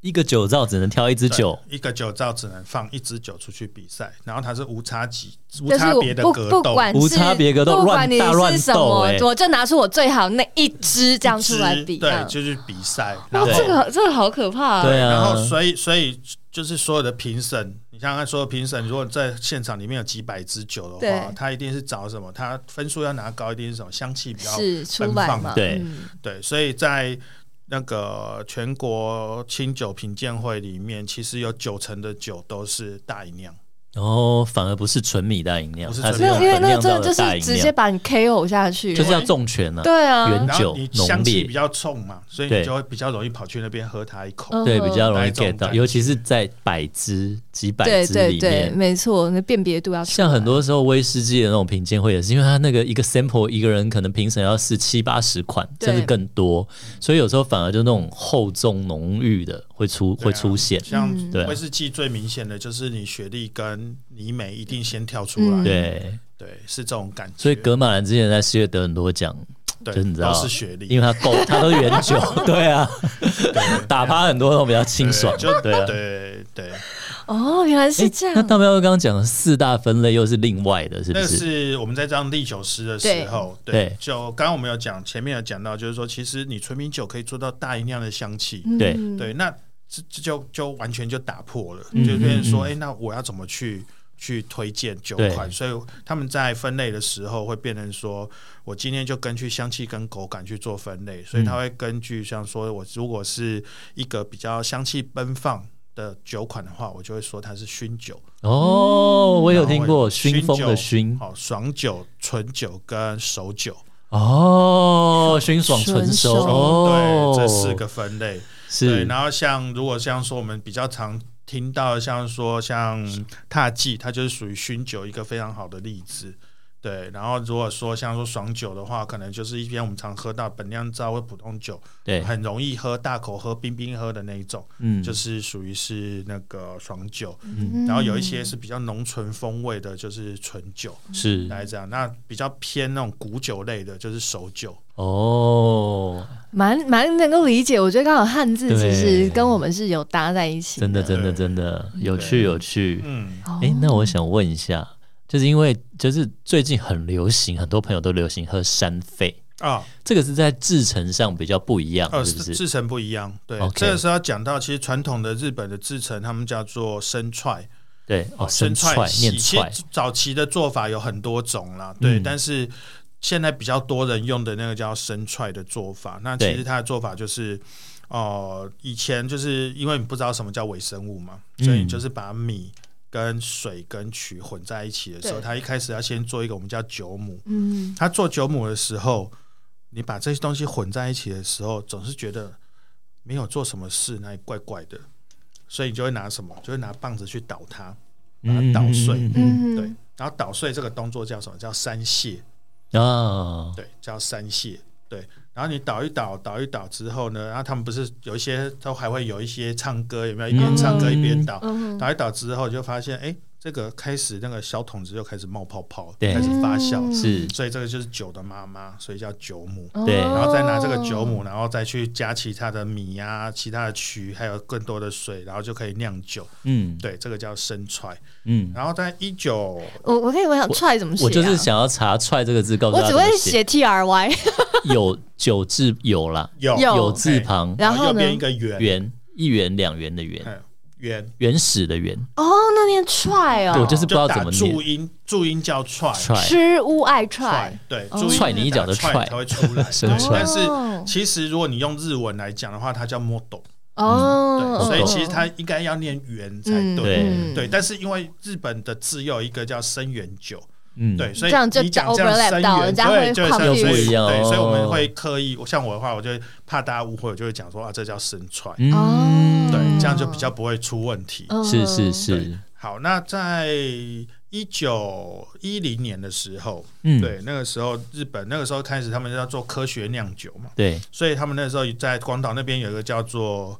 [SPEAKER 2] 一个酒造只能挑一支
[SPEAKER 3] 对
[SPEAKER 2] 酒，
[SPEAKER 3] 一个酒造只能放一支酒出去比赛，然后它是无差级、无
[SPEAKER 1] 就是
[SPEAKER 3] 差
[SPEAKER 1] 我
[SPEAKER 3] 别的
[SPEAKER 1] 不
[SPEAKER 3] 格
[SPEAKER 1] 不
[SPEAKER 3] 斗。
[SPEAKER 1] 管是
[SPEAKER 2] 无差别格斗
[SPEAKER 1] 不管
[SPEAKER 2] 乱
[SPEAKER 1] 你
[SPEAKER 2] 大乱
[SPEAKER 1] 是什
[SPEAKER 2] 斗
[SPEAKER 1] 么
[SPEAKER 2] 欸，
[SPEAKER 1] 我就拿出我最好那一支这样出来比。这
[SPEAKER 3] 对
[SPEAKER 1] 样，
[SPEAKER 3] 就是比赛。然
[SPEAKER 1] 哇，
[SPEAKER 3] 后
[SPEAKER 2] 对
[SPEAKER 1] 这个这个好可怕啊！
[SPEAKER 2] 对啊，
[SPEAKER 3] 然后所以所以就是所有的评审，你想想看，所有评审如果在现场里面有几百支酒的话
[SPEAKER 1] 对，
[SPEAKER 3] 他一定是找什么？他分数要拿高一定是什么？香气比较
[SPEAKER 1] 是出
[SPEAKER 3] 奔
[SPEAKER 1] 来
[SPEAKER 3] 放
[SPEAKER 1] 嘛？
[SPEAKER 3] 嘛
[SPEAKER 2] 对
[SPEAKER 1] 嗯
[SPEAKER 3] 对，所以在那个全国清酒品鉴会里面，其实有九成的酒都是大吟酿，
[SPEAKER 2] 哦，反而不是纯米大吟酿，
[SPEAKER 3] 不是
[SPEAKER 2] 它
[SPEAKER 3] 纯
[SPEAKER 2] 是用
[SPEAKER 3] 米
[SPEAKER 1] 那因为
[SPEAKER 2] 本
[SPEAKER 1] 那
[SPEAKER 2] 酿
[SPEAKER 1] 真
[SPEAKER 2] 造
[SPEAKER 1] 的就
[SPEAKER 2] 的大
[SPEAKER 1] 是
[SPEAKER 2] 吟
[SPEAKER 1] 直接
[SPEAKER 2] 酿，
[SPEAKER 1] 把你 KO 下去，
[SPEAKER 2] 就是要重拳啊，
[SPEAKER 1] 对啊
[SPEAKER 2] 原，
[SPEAKER 3] 然后你
[SPEAKER 2] 酒浓
[SPEAKER 3] 香气
[SPEAKER 2] 烈
[SPEAKER 3] 比较冲嘛，所以
[SPEAKER 2] 对
[SPEAKER 3] 你就会比较容易跑去那边喝它一口。
[SPEAKER 1] 嗯
[SPEAKER 2] 对，比较容易
[SPEAKER 3] 哪一种
[SPEAKER 2] get 到，
[SPEAKER 3] 感
[SPEAKER 2] 尤其是在百支、几百
[SPEAKER 1] 对
[SPEAKER 2] 支里
[SPEAKER 1] 对
[SPEAKER 2] 面。
[SPEAKER 1] 对，没错，那辨别度要出来
[SPEAKER 2] 像很多时候威士忌的那种品鉴会也是，因为它那个一个 sample 一个人可能评审要试七八十款，
[SPEAKER 1] 对
[SPEAKER 2] 甚至更多，所以有时候反而就那种厚重浓郁的会出、
[SPEAKER 3] 对啊
[SPEAKER 2] 会出现。
[SPEAKER 3] 像
[SPEAKER 1] 嗯
[SPEAKER 2] 对啊
[SPEAKER 3] 威士忌最明显的就是你雪莉跟泥煤一定先跳出来，
[SPEAKER 1] 嗯
[SPEAKER 2] 对，
[SPEAKER 3] 对，是这种感觉。
[SPEAKER 2] 所以格马兰之前在世界得很多奖，
[SPEAKER 3] 对
[SPEAKER 2] 就是你知道
[SPEAKER 3] 都是雪莉，
[SPEAKER 2] 因为它够，它都是原 酒，对啊，打趴很多那种比较清
[SPEAKER 3] 对
[SPEAKER 2] 爽，
[SPEAKER 3] 就
[SPEAKER 2] 对啊。
[SPEAKER 3] 对对，
[SPEAKER 1] 哦，原来是这
[SPEAKER 2] 那
[SPEAKER 1] 样，
[SPEAKER 2] 大喵哥刚刚讲的四大分类又是另外的，是不
[SPEAKER 3] 那
[SPEAKER 2] 是？
[SPEAKER 3] 是我们在当利酒师的时候，
[SPEAKER 2] 对
[SPEAKER 3] 对，
[SPEAKER 2] 对
[SPEAKER 3] 就刚刚我们有讲，前面有讲到，就是说，其实你纯米酒可以做到大吟酿的香气，
[SPEAKER 2] 对
[SPEAKER 1] 嗯
[SPEAKER 3] 对，那这这就就完全就打破了，
[SPEAKER 2] 嗯
[SPEAKER 3] 就变成说，
[SPEAKER 2] 嗯嗯
[SPEAKER 3] 哎、那我要怎么去去推荐酒
[SPEAKER 2] 对
[SPEAKER 3] 款？所以他们在分类的时候会变成说，我今天就根据香气跟口感去做分类，所以
[SPEAKER 2] 嗯
[SPEAKER 3] 他会根据像说我如果是一个比较香气奔放。的酒款的话，我就会说它是熏酒，
[SPEAKER 2] 哦，
[SPEAKER 1] 嗯
[SPEAKER 2] 我有听过
[SPEAKER 3] 熏
[SPEAKER 2] 熏风的
[SPEAKER 3] 酒
[SPEAKER 2] 熏，
[SPEAKER 3] 好、爽酒、纯酒跟熟酒，
[SPEAKER 2] 哦，熏爽纯熟，
[SPEAKER 1] 纯熟
[SPEAKER 2] 哦，
[SPEAKER 3] 对，这四个分类。对，
[SPEAKER 2] 是
[SPEAKER 3] 然后像如果像说我们比较常听到，像说像踏迹，它就是属于熏酒一个非常好的例子。对，然后如果说像说爽酒的话，可能就是一边我们常喝到本酿造或普通酒，
[SPEAKER 2] 对，
[SPEAKER 3] 很容易喝大口喝、冰冰喝的那一种，
[SPEAKER 2] 嗯，
[SPEAKER 3] 就是属于是那个爽酒。
[SPEAKER 1] 嗯
[SPEAKER 3] 然后有一些是比较浓醇风味的，就是纯酒，
[SPEAKER 2] 是
[SPEAKER 3] 大概这样。那比较偏那种古酒类的，就是熟酒。
[SPEAKER 2] 哦，
[SPEAKER 1] 蛮蛮能够理解，我觉得刚好汉字其
[SPEAKER 2] 对
[SPEAKER 1] 实跟我们是有搭在一起，
[SPEAKER 2] 真的，真的，
[SPEAKER 3] 对
[SPEAKER 2] 真的有趣，有趣。
[SPEAKER 3] 嗯，
[SPEAKER 1] 哦
[SPEAKER 2] 哎，那我想问一下，就是因为就是最近很流行，很多朋友都流行喝山肺，
[SPEAKER 3] 啊，
[SPEAKER 2] 这个是在制成上比较不一样，
[SPEAKER 3] 呃，
[SPEAKER 2] 哦是不
[SPEAKER 3] 制
[SPEAKER 2] 是？
[SPEAKER 3] 制成不一样，对
[SPEAKER 2] OK
[SPEAKER 3] 这个是要讲到，其实传统的日本的制成，他们叫做生踹，
[SPEAKER 2] 对，哦，生
[SPEAKER 3] 生
[SPEAKER 2] 踹
[SPEAKER 3] 系
[SPEAKER 2] 念
[SPEAKER 3] 其
[SPEAKER 2] 踹，
[SPEAKER 3] 实早期的做法有很多种啦，对，
[SPEAKER 2] 嗯
[SPEAKER 3] 但是现在比较多人用的那个叫生踹的做法，那
[SPEAKER 2] 对
[SPEAKER 3] 其实它的做法就是。哦、以前就是因为你不知道什么叫微生物嘛，所
[SPEAKER 2] 嗯
[SPEAKER 3] 以你就是把米跟水跟曲混在一起的时候，
[SPEAKER 1] 对
[SPEAKER 3] 它一开始要先做一个我们叫酒母。
[SPEAKER 1] 嗯，
[SPEAKER 3] 它做酒母的时候，你把这些东西混在一起的时候，总是觉得没有做什么事，那里怪怪的，所以你就会拿什么，就会拿棒子去捣它，把它捣碎。
[SPEAKER 1] 嗯
[SPEAKER 3] 对，然后捣碎这个动作叫什么？叫三卸，
[SPEAKER 1] 嗯
[SPEAKER 2] 啊，
[SPEAKER 3] 对，叫三卸，对。然后你捣一捣，捣一捣之后呢，然啊后他们不是有一些都还会有一些唱歌，有没有一边唱歌一边捣？
[SPEAKER 1] 嗯
[SPEAKER 3] 捣一捣之后，就发现哎，这个开始那个小桶子又开始冒泡泡，
[SPEAKER 2] 对
[SPEAKER 3] 开始发酵，
[SPEAKER 1] 嗯
[SPEAKER 2] 是
[SPEAKER 3] 所以这个就是酒的妈妈，所以叫酒母。
[SPEAKER 2] 对
[SPEAKER 1] 哦
[SPEAKER 3] 然后再拿这个酒母，然后再去加其他的米啊、其他的曲，还有更多的水，然后就可以酿酒。
[SPEAKER 2] 嗯
[SPEAKER 3] 对，这个叫生踹。
[SPEAKER 2] 嗯，
[SPEAKER 3] 然后在一九
[SPEAKER 1] 哦我我可以我想踹怎么写、啊？啊
[SPEAKER 2] 我就是，想要查“踹”这个字，告诉
[SPEAKER 1] 我
[SPEAKER 2] 大家
[SPEAKER 1] 只
[SPEAKER 2] 怎么
[SPEAKER 1] 会
[SPEAKER 2] 写
[SPEAKER 1] 写 T R Y，
[SPEAKER 3] 嗯
[SPEAKER 2] 有九字有啦，
[SPEAKER 3] 有
[SPEAKER 1] 有
[SPEAKER 2] 有字旁
[SPEAKER 1] 然后
[SPEAKER 3] 右
[SPEAKER 1] 呢？
[SPEAKER 3] 边一个圆
[SPEAKER 2] 元一元两元的元，
[SPEAKER 3] 嗯圆，
[SPEAKER 2] 原始的原，
[SPEAKER 1] 哦，那念踹
[SPEAKER 2] 对我
[SPEAKER 1] 哦，
[SPEAKER 2] 就是不知道
[SPEAKER 3] 打
[SPEAKER 2] 怎么念
[SPEAKER 3] 注音，注音叫踹
[SPEAKER 2] 踹
[SPEAKER 1] 吃乌爱踹
[SPEAKER 3] 踹，，对，
[SPEAKER 1] 哦
[SPEAKER 3] 注音
[SPEAKER 2] 踹你一脚的
[SPEAKER 3] 打踹
[SPEAKER 2] 踹。
[SPEAKER 3] 才会出来
[SPEAKER 2] 生
[SPEAKER 3] 对
[SPEAKER 2] 踹
[SPEAKER 3] 但是
[SPEAKER 1] 哦
[SPEAKER 3] 其实如果你用日文来讲的话，它叫 model，
[SPEAKER 1] 哦，
[SPEAKER 3] 对，所以其实它应该要念圆才
[SPEAKER 1] 嗯
[SPEAKER 3] 对。
[SPEAKER 1] 嗯
[SPEAKER 3] 对，但是因为日本的字又有一个叫生源酒，
[SPEAKER 2] 嗯，
[SPEAKER 3] 对，所以
[SPEAKER 1] 这样就
[SPEAKER 3] 你讲
[SPEAKER 1] overlap
[SPEAKER 3] 生
[SPEAKER 1] 到
[SPEAKER 3] 源
[SPEAKER 1] 人家
[SPEAKER 3] 对
[SPEAKER 1] 会
[SPEAKER 3] 就
[SPEAKER 1] 抗
[SPEAKER 3] 生
[SPEAKER 1] 拒
[SPEAKER 3] 所以
[SPEAKER 2] 不一样
[SPEAKER 3] 对，所以我
[SPEAKER 2] 哦
[SPEAKER 3] 们会刻意，我像我的话，我就怕大家误会，我就会讲说啊，这叫生踹，
[SPEAKER 2] 嗯，
[SPEAKER 3] 对
[SPEAKER 1] 哦，
[SPEAKER 3] 这样就比较不会出问题。
[SPEAKER 1] 嗯
[SPEAKER 2] 是是
[SPEAKER 3] 对
[SPEAKER 2] 是，
[SPEAKER 3] 好，那在一九一零年的时候，
[SPEAKER 2] 嗯，
[SPEAKER 3] 对，那个时候日本那个时候开始，他们要做科学酿酒嘛，
[SPEAKER 2] 对，
[SPEAKER 3] 所以他们那时候在广岛那边有一个叫做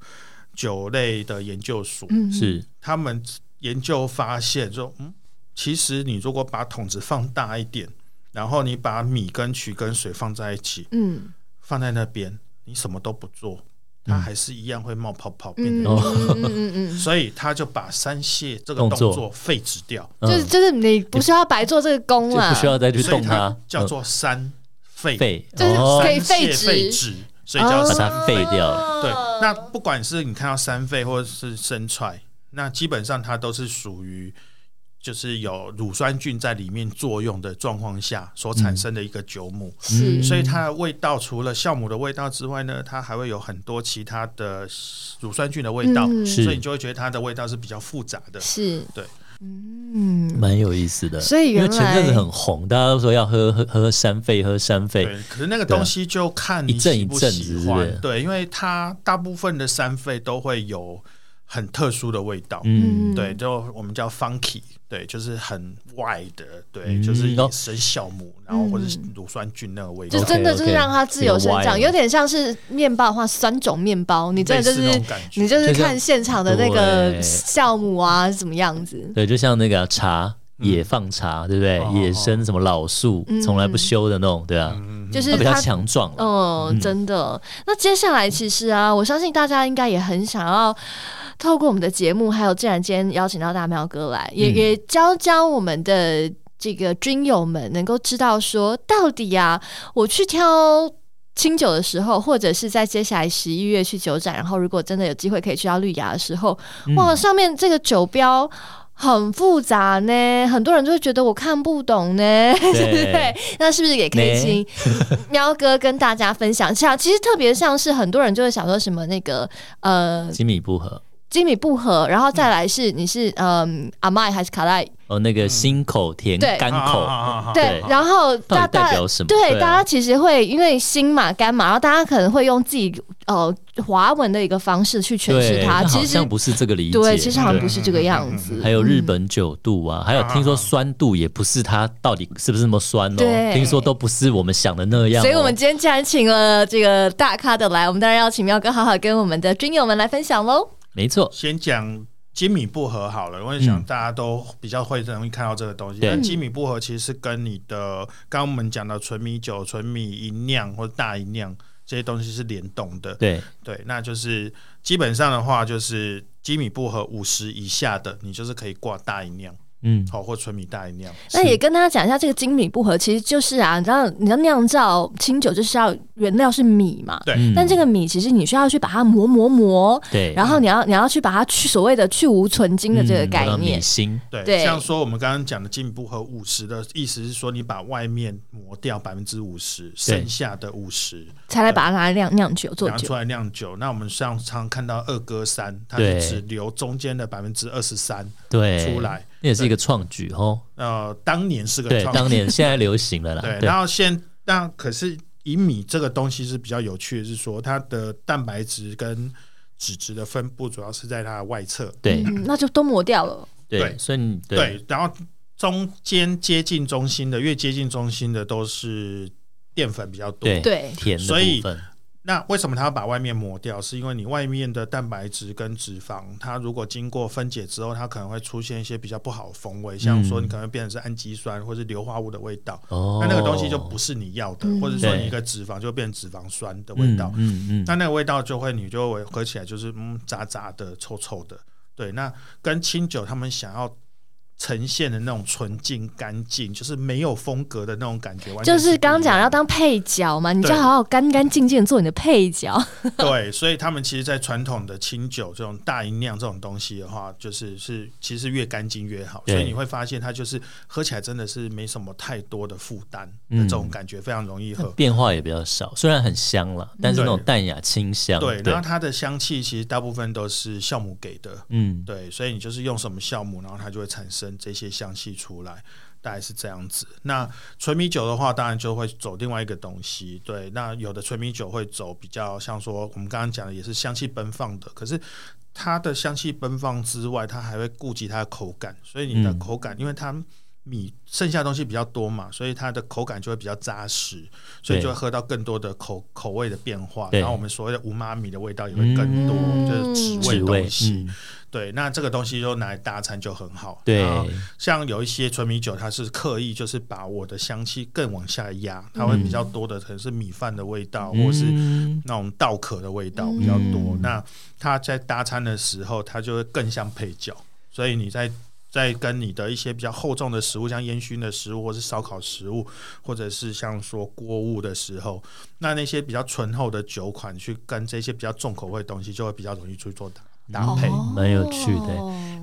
[SPEAKER 3] 酒类的研究所，
[SPEAKER 1] 嗯，
[SPEAKER 2] 是，
[SPEAKER 3] 他们研究发现说，嗯，其实你如果把桶子放大一点，然后你把米跟曲跟水放在一起，
[SPEAKER 1] 嗯，
[SPEAKER 3] 放在那边，你什么都不做，它
[SPEAKER 2] 嗯
[SPEAKER 3] 还是一样会冒泡泡变
[SPEAKER 1] 嗯
[SPEAKER 3] 成。
[SPEAKER 2] 哦
[SPEAKER 1] 嗯嗯 嗯
[SPEAKER 3] 所以他就把三蟹这个
[SPEAKER 2] 动
[SPEAKER 3] 动
[SPEAKER 2] 作
[SPEAKER 3] 作废止掉，
[SPEAKER 1] 嗯，就是
[SPEAKER 2] 嗯
[SPEAKER 1] 就是你不需要白做这个啊工
[SPEAKER 2] 就
[SPEAKER 1] 啦，
[SPEAKER 2] 不需要再去
[SPEAKER 3] 所以
[SPEAKER 2] 动
[SPEAKER 3] 它
[SPEAKER 2] 它，
[SPEAKER 3] 叫
[SPEAKER 2] 嗯
[SPEAKER 3] 做三废，
[SPEAKER 2] 废，
[SPEAKER 1] 就是
[SPEAKER 2] 哦
[SPEAKER 1] 可以
[SPEAKER 3] 三
[SPEAKER 1] 废嗯
[SPEAKER 3] 蟹
[SPEAKER 1] 止哦
[SPEAKER 3] 废止，所以叫
[SPEAKER 2] 把
[SPEAKER 3] 三
[SPEAKER 2] 它废掉，
[SPEAKER 3] 对，那不管是你看到三肺或者是生踹，那基本上它都是属于就是有乳酸菌在里面作用的状况下所产生的一个酒母，
[SPEAKER 1] 是
[SPEAKER 2] 嗯
[SPEAKER 3] 所以它的味道除了酵母的味道之外呢，它还会有很多其他的乳酸菌的味道，
[SPEAKER 1] 嗯
[SPEAKER 2] 是
[SPEAKER 3] 所以你就会觉得它的味道是比较复杂的。
[SPEAKER 1] 是，
[SPEAKER 3] 对，
[SPEAKER 1] 嗯，
[SPEAKER 2] 蛮有意思的。
[SPEAKER 1] 所以
[SPEAKER 2] 因为
[SPEAKER 1] 原
[SPEAKER 2] 前阵子
[SPEAKER 1] 来
[SPEAKER 2] 很红，大家都说要喝喝喝山肺，喝山肺，
[SPEAKER 3] 对，可是那个东西就看你
[SPEAKER 2] 一阵
[SPEAKER 3] 喜不
[SPEAKER 2] 一阵
[SPEAKER 3] 喜
[SPEAKER 2] 子是不
[SPEAKER 3] 欢
[SPEAKER 2] 是
[SPEAKER 3] 对，因为它大部分的三肺都会有很特殊的味道，
[SPEAKER 2] 嗯，
[SPEAKER 3] 对，就我们叫 funky，对，就是很 wide 的，对，
[SPEAKER 2] 嗯
[SPEAKER 3] 就是野
[SPEAKER 2] 哦
[SPEAKER 3] 生酵母，然后或者是乳酸菌那个味
[SPEAKER 1] 嗯
[SPEAKER 3] 道，
[SPEAKER 1] 就真的就是
[SPEAKER 2] OK，OK，
[SPEAKER 1] 让它自由生
[SPEAKER 2] 这个
[SPEAKER 1] 长，
[SPEAKER 2] wine
[SPEAKER 1] 有点像是面包的话，酸种面包，你真的就
[SPEAKER 3] 类似那
[SPEAKER 1] 是
[SPEAKER 3] 种感觉
[SPEAKER 1] 你就是
[SPEAKER 2] 就像
[SPEAKER 1] 看现场的那个
[SPEAKER 2] 对
[SPEAKER 1] 酵母啊，怎么样子，
[SPEAKER 2] 对，就像那个啊茶野放茶，对不对
[SPEAKER 3] 嗯哦？
[SPEAKER 2] 野生什么老树
[SPEAKER 1] 嗯，
[SPEAKER 2] 从来不修的那种，对啊，
[SPEAKER 3] 嗯，
[SPEAKER 1] 就
[SPEAKER 2] 它
[SPEAKER 1] 是
[SPEAKER 2] 比较
[SPEAKER 1] 它
[SPEAKER 2] 强壮啦，
[SPEAKER 1] 嗯，真的。那接下来其实啊，我相信大家应该也很想要透过我们的节目，还有既然今天邀请到大喵哥来，也、
[SPEAKER 2] 嗯
[SPEAKER 1] 也教教我们的这个军友们，能够知道说到底啊，我去挑。清酒的时候，或者是在接下来十一月去酒展，然后如果真的有机会可以去到绿芽的时候，
[SPEAKER 2] 嗯
[SPEAKER 1] 哇，上面这个酒标很复杂呢，很多人就会觉得我看不懂呢， 对
[SPEAKER 2] 对
[SPEAKER 1] 那是不是也可以
[SPEAKER 2] 呢
[SPEAKER 1] 请喵哥跟大家分享一下？其实特别像是很多人就会想说什么那个呃
[SPEAKER 2] 吉米不合。
[SPEAKER 1] 基米不合，然后再来是你是嗯阿麦还是卡赖？
[SPEAKER 2] 哦，那个心口甜
[SPEAKER 1] 对
[SPEAKER 2] 干口，嗯
[SPEAKER 3] 嗯啊
[SPEAKER 1] 对，
[SPEAKER 2] 对
[SPEAKER 1] 然后大
[SPEAKER 2] 到底代
[SPEAKER 1] 大
[SPEAKER 2] 表什么？
[SPEAKER 1] 对
[SPEAKER 2] 啊
[SPEAKER 1] 大家其实会因为心嘛肝嘛，然后大家可能会用自己呃华文的一个方式去诠释
[SPEAKER 2] 对
[SPEAKER 1] 它，
[SPEAKER 2] 那
[SPEAKER 1] 其
[SPEAKER 2] 好
[SPEAKER 1] 实
[SPEAKER 2] 像不是这个理解，
[SPEAKER 1] 对，其实好像
[SPEAKER 2] 对
[SPEAKER 1] 不嗯是这个样子。
[SPEAKER 2] 还有日本九度啊，还有听说
[SPEAKER 3] 啊
[SPEAKER 2] 酸度也不是它到底是不是那么酸
[SPEAKER 1] 对
[SPEAKER 2] 哦，听说都不是我们想的那样哦。
[SPEAKER 1] 所以，我们今天既然请了这个大咖的来，我们当然要请喵哥好好跟我们的军友们来分享喽。
[SPEAKER 2] 没错，
[SPEAKER 3] 先讲基米不合好了，我也想大家都比较会容易看到这个东西。
[SPEAKER 2] 嗯对
[SPEAKER 3] 但基米
[SPEAKER 1] 嗯
[SPEAKER 3] 不合其实是跟你的刚刚我们讲的纯米酒、纯米一酿或者大一酿这些东西是联动的。
[SPEAKER 2] 对，
[SPEAKER 3] 对，那就是基本上的话，就是基米不合五十以下的，你就是可以挂大一酿。
[SPEAKER 2] 嗯，
[SPEAKER 3] 好、哦或纯米大吟酿。
[SPEAKER 1] 那也跟大家讲一下，这个精米不合其实就是啊，你知道，你知道酿造清酒就是要原料是米嘛，
[SPEAKER 3] 对
[SPEAKER 2] 嗯
[SPEAKER 1] 但这个米其实你需要去把它磨磨磨，
[SPEAKER 2] 对，嗯
[SPEAKER 1] 然后你要你要去把它去所谓的去无存精的这个概念，
[SPEAKER 2] 心
[SPEAKER 3] 对，
[SPEAKER 1] 对
[SPEAKER 3] 像说我们刚刚讲的进步和五十的意思是说，你把外面磨掉百分之五十，剩下的五十
[SPEAKER 1] 才来把它拿来酿酿酒做
[SPEAKER 3] 拿
[SPEAKER 1] 酒
[SPEAKER 3] 出。来酿酒。那我们上常看到二哥三，它
[SPEAKER 2] 对
[SPEAKER 3] 是只留中间的百分之二十三
[SPEAKER 2] 对
[SPEAKER 3] 出，来。
[SPEAKER 2] 那也是一个创举哦。
[SPEAKER 3] 呃，当年是个
[SPEAKER 2] 对，
[SPEAKER 3] 创
[SPEAKER 2] 当年现在流行了啦。
[SPEAKER 3] 对，
[SPEAKER 2] 对
[SPEAKER 3] 然后现那可是以米这个东西是比较有趣的，是说它的蛋白质跟脂质的分布主要是在它的外侧，
[SPEAKER 2] 对
[SPEAKER 1] 嗯，那就都磨掉了。
[SPEAKER 2] 对，
[SPEAKER 3] 对
[SPEAKER 2] 所以你对
[SPEAKER 3] 对，然后中间接近中心的，越接近中心的都是淀粉比较多。
[SPEAKER 2] 对
[SPEAKER 1] 对，
[SPEAKER 2] 甜的
[SPEAKER 3] 所以
[SPEAKER 2] 部分，
[SPEAKER 3] 那为什么它要把外面磨掉？是因为你外面的蛋白质跟脂肪，它如果经过分解之后，它可能会出现一些比较不好的风
[SPEAKER 2] 嗯
[SPEAKER 3] 味，像说你可能会变成是氨基酸或是硫化物的味道。
[SPEAKER 2] 哦，
[SPEAKER 3] 那那个东西就不是你要的，
[SPEAKER 1] 嗯
[SPEAKER 3] 或者说
[SPEAKER 2] 对
[SPEAKER 3] 你一个脂肪就变脂肪酸的味道。
[SPEAKER 2] 嗯嗯，
[SPEAKER 3] 那那个味道就会，你就会喝起来就是嗯，杂杂的、臭臭的。对，那跟清酒他们想要呈现的那种纯净、干净，就是没有风格的那种感觉，完全
[SPEAKER 1] 就是刚刚讲要
[SPEAKER 3] 到
[SPEAKER 1] 当配角嘛，你就
[SPEAKER 3] 对
[SPEAKER 1] 好好干干净净地做你的配角。
[SPEAKER 3] 对，所以他们其实，在传统的清酒这种大吟酿这种东西的话，就是是其实越干净越好，
[SPEAKER 2] 对
[SPEAKER 3] 所以你会发现它就是喝起来真的是没什么太多的负担的
[SPEAKER 2] 嗯
[SPEAKER 3] 这种感觉，非常容易喝。
[SPEAKER 2] 变化也比较少，虽然很香了，但是那
[SPEAKER 3] 对
[SPEAKER 2] 种淡雅清香，
[SPEAKER 3] 对，
[SPEAKER 2] 对
[SPEAKER 3] 然后，它的香气其实大部分都是酵母给的，
[SPEAKER 2] 嗯，
[SPEAKER 3] 对，所以你就是用什么酵母，然后它就会产生这些香气出来，大概是这样子。那纯米酒的话，当然就会走另外一个东西。对，那有的纯米酒会走比较像说我们刚刚讲的，也是香气奔放的，可是。它的香气奔放之外，它还会顾及它的口感，所以你的
[SPEAKER 2] 嗯
[SPEAKER 3] 口感，因为它米剩下的东西比较多嘛，所以它的口感就会比较扎实，所以
[SPEAKER 2] 对
[SPEAKER 3] 就会喝到更多的口口味的变化，
[SPEAKER 2] 对
[SPEAKER 3] 然后我们所谓的无妈米的味道也会更多，
[SPEAKER 1] 嗯
[SPEAKER 3] 就是啊
[SPEAKER 1] 嗯
[SPEAKER 3] 脂
[SPEAKER 2] 滋
[SPEAKER 3] 味
[SPEAKER 2] 味
[SPEAKER 3] 东，西。
[SPEAKER 2] 嗯，
[SPEAKER 3] 对，那这个东西就拿来搭餐就很好。
[SPEAKER 2] 对，
[SPEAKER 3] 然后像有一些纯米酒，它是刻意就是把我的香气更往下压，它会比较多的可能是米饭的味道，或是
[SPEAKER 2] 嗯
[SPEAKER 3] 那种稻壳的味道比较多。
[SPEAKER 2] 嗯
[SPEAKER 3] 那它在搭餐的时候，它就会更像配角，所以你在。在跟你的一些比较厚重的食物，像烟熏的食物，或是烧烤食物，或者是像说锅物的时候，那那些比较醇厚的酒款去跟这些比较重口味的东西，就会比较容易去做搭搭配。
[SPEAKER 1] 哦
[SPEAKER 2] 蛮有趣的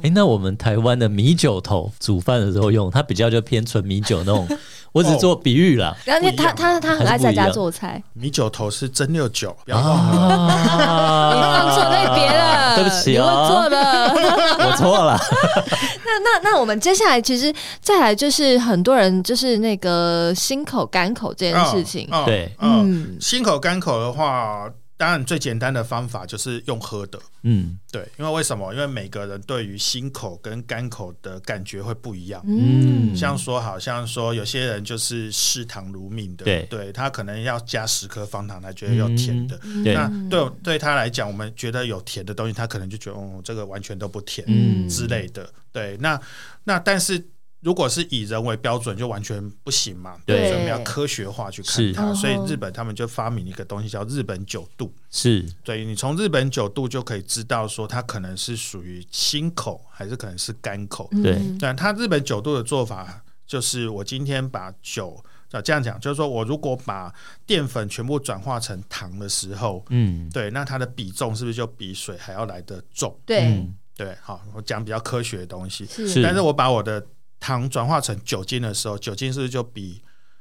[SPEAKER 2] 诶，那我们台湾的米酒头煮饭的时候用，它比较就偏纯米酒那种，我
[SPEAKER 3] 哦
[SPEAKER 2] 只是做比喻 啦。
[SPEAKER 1] 然后他
[SPEAKER 3] 不一样
[SPEAKER 1] 他他很爱在家做菜，
[SPEAKER 3] 米酒头是蒸馏酒，不要忘了。
[SPEAKER 2] 啊，
[SPEAKER 1] 你放错类别了，
[SPEAKER 2] 对不起
[SPEAKER 1] 你问
[SPEAKER 2] 哦
[SPEAKER 1] 错，了。
[SPEAKER 2] 我错了。
[SPEAKER 1] 那那那我们接下来其实再来就是很多人就是那个心口干口这件事情，
[SPEAKER 3] 嗯
[SPEAKER 2] 对，
[SPEAKER 3] 嗯，
[SPEAKER 1] 嗯，
[SPEAKER 3] 心口干口的话，当然最简单的方法就是用喝的。
[SPEAKER 2] 嗯，
[SPEAKER 3] 对，因为为什么？因为每个人对于心口跟干口的感觉会不一样。
[SPEAKER 2] 嗯
[SPEAKER 3] 像说，好像说有些人就是嗜糖如命的，
[SPEAKER 2] 对
[SPEAKER 3] 他可能要加十颗方糖，他觉得要甜的。
[SPEAKER 1] 嗯
[SPEAKER 2] 对
[SPEAKER 3] 那对
[SPEAKER 2] 嗯
[SPEAKER 3] 我对他来讲，我们觉得有甜的东西，他可能就觉得，哦，这个完全都不甜。
[SPEAKER 2] 嗯
[SPEAKER 3] 之类的。对，那那但是如果是以人为标准，就完全不行嘛。
[SPEAKER 2] 对
[SPEAKER 3] 所以我们要科学化去
[SPEAKER 2] 是
[SPEAKER 3] 看它。所以
[SPEAKER 1] 哦
[SPEAKER 3] 日本他们就发明一个东西叫日本酒度。
[SPEAKER 2] 是
[SPEAKER 3] 对你从日本酒度就可以知道说它可能是属于心口还是可能是干口。
[SPEAKER 1] 嗯
[SPEAKER 2] 对
[SPEAKER 3] 但它日本酒度的做法就是我今天把酒。啊，这样讲就是说，我如果把淀粉全部转化成糖的时候，
[SPEAKER 2] 嗯，
[SPEAKER 3] 对，那它的比重是不是就比水还要来得重？
[SPEAKER 1] 对
[SPEAKER 2] 嗯
[SPEAKER 3] 对，好，我讲比较科学的东西。
[SPEAKER 2] 是
[SPEAKER 3] 但是我把我的糖转化成酒精的时候，酒精是不是就比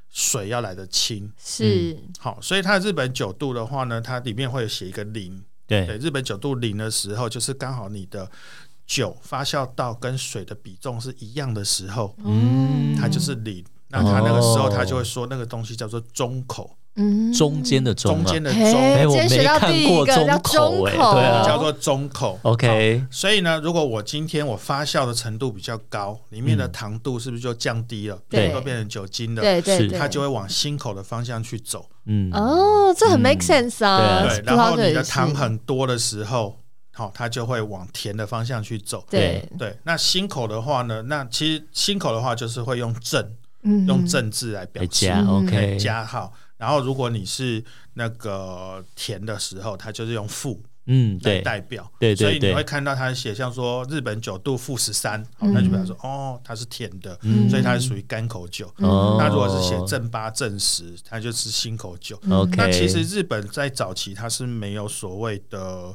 [SPEAKER 3] 水要来的轻？
[SPEAKER 1] 是
[SPEAKER 3] 好，所以它的日本酒度的话呢，它里面会有写一个零。对，
[SPEAKER 2] 对，
[SPEAKER 3] 日本酒度零的时候，就是刚好你的酒发酵到跟水的比重是一样的时候，
[SPEAKER 2] 嗯
[SPEAKER 1] 哦
[SPEAKER 3] 它就是零。那它那个时候，它就会说那个东西叫做中口，
[SPEAKER 1] 嗯
[SPEAKER 2] 中间的中
[SPEAKER 3] 中
[SPEAKER 2] 啊
[SPEAKER 3] 间，的
[SPEAKER 1] 嘿
[SPEAKER 3] 中
[SPEAKER 2] 哎我
[SPEAKER 1] 今天
[SPEAKER 2] 没
[SPEAKER 1] 学到
[SPEAKER 2] 看
[SPEAKER 1] 第
[SPEAKER 2] 过
[SPEAKER 1] 一个
[SPEAKER 2] 中
[SPEAKER 1] 叫
[SPEAKER 2] 口
[SPEAKER 1] 中
[SPEAKER 2] 哎
[SPEAKER 1] 口
[SPEAKER 2] 对啊
[SPEAKER 3] 叫做中口。
[SPEAKER 2] 哦 OK，
[SPEAKER 3] 所以呢，如果我今天我发酵的程度比较高，里面的
[SPEAKER 2] 嗯
[SPEAKER 3] 糖度是不是就降低了？
[SPEAKER 1] 对
[SPEAKER 3] 都变成酒精了。
[SPEAKER 1] 对对
[SPEAKER 2] 是
[SPEAKER 1] 对，
[SPEAKER 3] 它就会往心口的方向去走。
[SPEAKER 2] 嗯，
[SPEAKER 1] 哦，这很 make
[SPEAKER 2] 嗯
[SPEAKER 1] sense 啊，
[SPEAKER 2] 对
[SPEAKER 3] 对，
[SPEAKER 1] 葡
[SPEAKER 3] 然
[SPEAKER 1] 萄
[SPEAKER 3] 后
[SPEAKER 1] 酒
[SPEAKER 3] 你
[SPEAKER 1] 也
[SPEAKER 3] 的
[SPEAKER 1] 是
[SPEAKER 3] 糖很多的时候，好、它就会往甜的方向去走。
[SPEAKER 1] 对，
[SPEAKER 3] 对，那心口的话呢？那其实心口的话就是会用正，
[SPEAKER 1] 嗯
[SPEAKER 3] 用正字来表
[SPEAKER 2] 来
[SPEAKER 3] 示哎
[SPEAKER 2] 加
[SPEAKER 1] 嗯
[SPEAKER 2] OK，
[SPEAKER 3] 加号。然后如果你是那个甜的时候，它就是用负。
[SPEAKER 2] 嗯，
[SPEAKER 3] 来
[SPEAKER 2] 对，
[SPEAKER 3] 代表，
[SPEAKER 2] 对对对
[SPEAKER 3] 所以你会看到它写像说日本九度负十三，好，
[SPEAKER 1] 嗯
[SPEAKER 3] 那就表示说哦，它是甜的，
[SPEAKER 2] 嗯
[SPEAKER 3] 所以它是属于干口酒。
[SPEAKER 1] 嗯
[SPEAKER 2] 哦
[SPEAKER 3] 那如果是写正八正十，它就是辛口酒。
[SPEAKER 1] 嗯
[SPEAKER 2] OK，
[SPEAKER 3] 那其实日本在早期它是没有所谓的，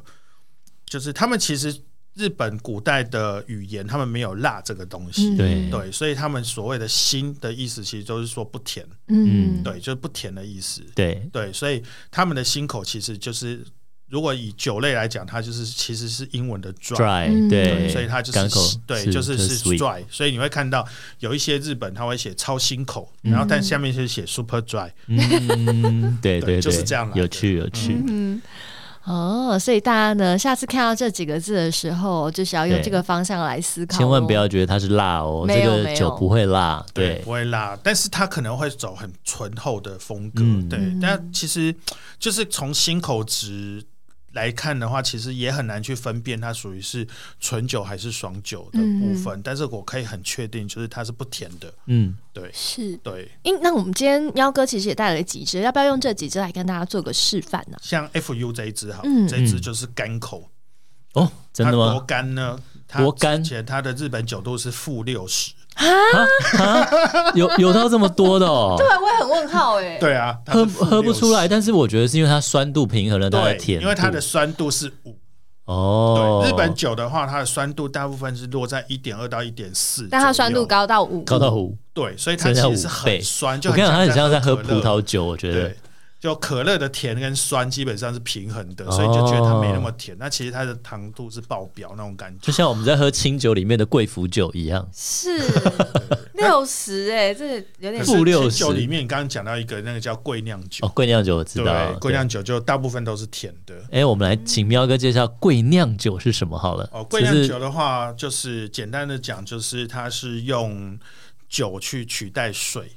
[SPEAKER 3] 就是他们其实日本古代的语言，他们没有辣这个东
[SPEAKER 1] 嗯
[SPEAKER 3] 西。
[SPEAKER 2] 对
[SPEAKER 3] 对，所以他们所谓的“辛”的意思，其实就是说不甜，
[SPEAKER 1] 嗯，
[SPEAKER 3] 对，就是不甜的意思。
[SPEAKER 2] 对，
[SPEAKER 3] 对，所以他们的辛口其实就是，如果以酒类来讲，它就是其实是英文的 dry，
[SPEAKER 2] dry，
[SPEAKER 1] 嗯
[SPEAKER 2] 对，
[SPEAKER 3] 对，所以它就
[SPEAKER 2] 港口
[SPEAKER 3] 是对，就是是
[SPEAKER 2] sweet，
[SPEAKER 3] dry，所以你会看到有一些日本它会写超辛口，然后但下面就写 super dry，
[SPEAKER 2] 嗯，对对
[SPEAKER 3] 对
[SPEAKER 2] 对，
[SPEAKER 3] 就是这样来的
[SPEAKER 2] 有趣有趣，
[SPEAKER 1] 嗯，哦，所以大家呢，下次看到这几个字的时候，就是要用
[SPEAKER 2] 对
[SPEAKER 1] 这个方向来思考、
[SPEAKER 2] 千万不。要觉得它是辣哦，
[SPEAKER 1] 哦没
[SPEAKER 2] 这
[SPEAKER 1] 有
[SPEAKER 2] 个
[SPEAKER 1] 没
[SPEAKER 2] 酒
[SPEAKER 1] 有
[SPEAKER 2] 不会辣，对
[SPEAKER 3] 不，会辣，但是它可能会走很醇厚的风格，
[SPEAKER 2] 嗯
[SPEAKER 3] 对，但其实就是从辛口值。来看的话，其实也很难去分辨它属于是纯酒还是爽酒的部分，但是我可以很确定，就是它是不甜的。
[SPEAKER 2] 嗯，
[SPEAKER 3] 对
[SPEAKER 1] 是，
[SPEAKER 3] 对，
[SPEAKER 1] 因那我们今天喵哥其实也带了几支，要不要用这几支来跟大家做个示范呢、
[SPEAKER 3] 像 FU 这一支好，
[SPEAKER 1] 嗯
[SPEAKER 3] 这一支就是干口，
[SPEAKER 2] 哦，真的
[SPEAKER 3] 它多
[SPEAKER 2] 吗？
[SPEAKER 3] 干呢？它
[SPEAKER 2] 多干
[SPEAKER 3] 之前它的日本酒度是负六十，
[SPEAKER 2] 有有到这么多的 哦，
[SPEAKER 1] 对，我也很问号哎、
[SPEAKER 3] 对啊，它是
[SPEAKER 2] 喝
[SPEAKER 3] 负
[SPEAKER 2] 喝不出来，
[SPEAKER 3] 60。
[SPEAKER 2] 但是我觉得是因为它酸度平衡了它的
[SPEAKER 3] 对，
[SPEAKER 2] 甜度，
[SPEAKER 3] 因为它的酸度是五、
[SPEAKER 2] 哦，
[SPEAKER 3] 对，日本酒的话，它的酸度大部分是落在一点二到一点四，
[SPEAKER 1] 但它酸度，高到五，
[SPEAKER 2] 高到五，
[SPEAKER 3] 对，所以
[SPEAKER 2] 剩
[SPEAKER 3] 它其
[SPEAKER 2] 下
[SPEAKER 3] 实
[SPEAKER 2] 五
[SPEAKER 3] 是
[SPEAKER 2] 倍
[SPEAKER 3] 很酸，就
[SPEAKER 2] 我跟你讲，它很像在喝
[SPEAKER 3] 可
[SPEAKER 2] 葡
[SPEAKER 3] 乐
[SPEAKER 2] 萄酒，我觉得
[SPEAKER 3] 对，就可乐的甜跟酸基本上是平衡的，所以就觉得它没那么
[SPEAKER 2] 哦
[SPEAKER 3] 甜。那其实它的糖度是爆表那种感觉
[SPEAKER 2] 就。像我们在喝清酒里面的贵腐酒一样，
[SPEAKER 1] 是
[SPEAKER 3] 对
[SPEAKER 1] 六十哎，这有点
[SPEAKER 3] 可
[SPEAKER 2] 负
[SPEAKER 3] 是
[SPEAKER 2] 60
[SPEAKER 3] 酒里面，你刚刚讲到一个那个叫贵酿酒
[SPEAKER 2] 哦，，贵酿酒我知道
[SPEAKER 3] 对，，贵酿酒就大部分都是甜的。
[SPEAKER 2] 哎、我们来请喵哥介绍贵酿酒是什么好了。
[SPEAKER 3] 哦，贵酿
[SPEAKER 2] 就
[SPEAKER 3] 酒的话，就是简单的讲，就是它是用酒去取代水，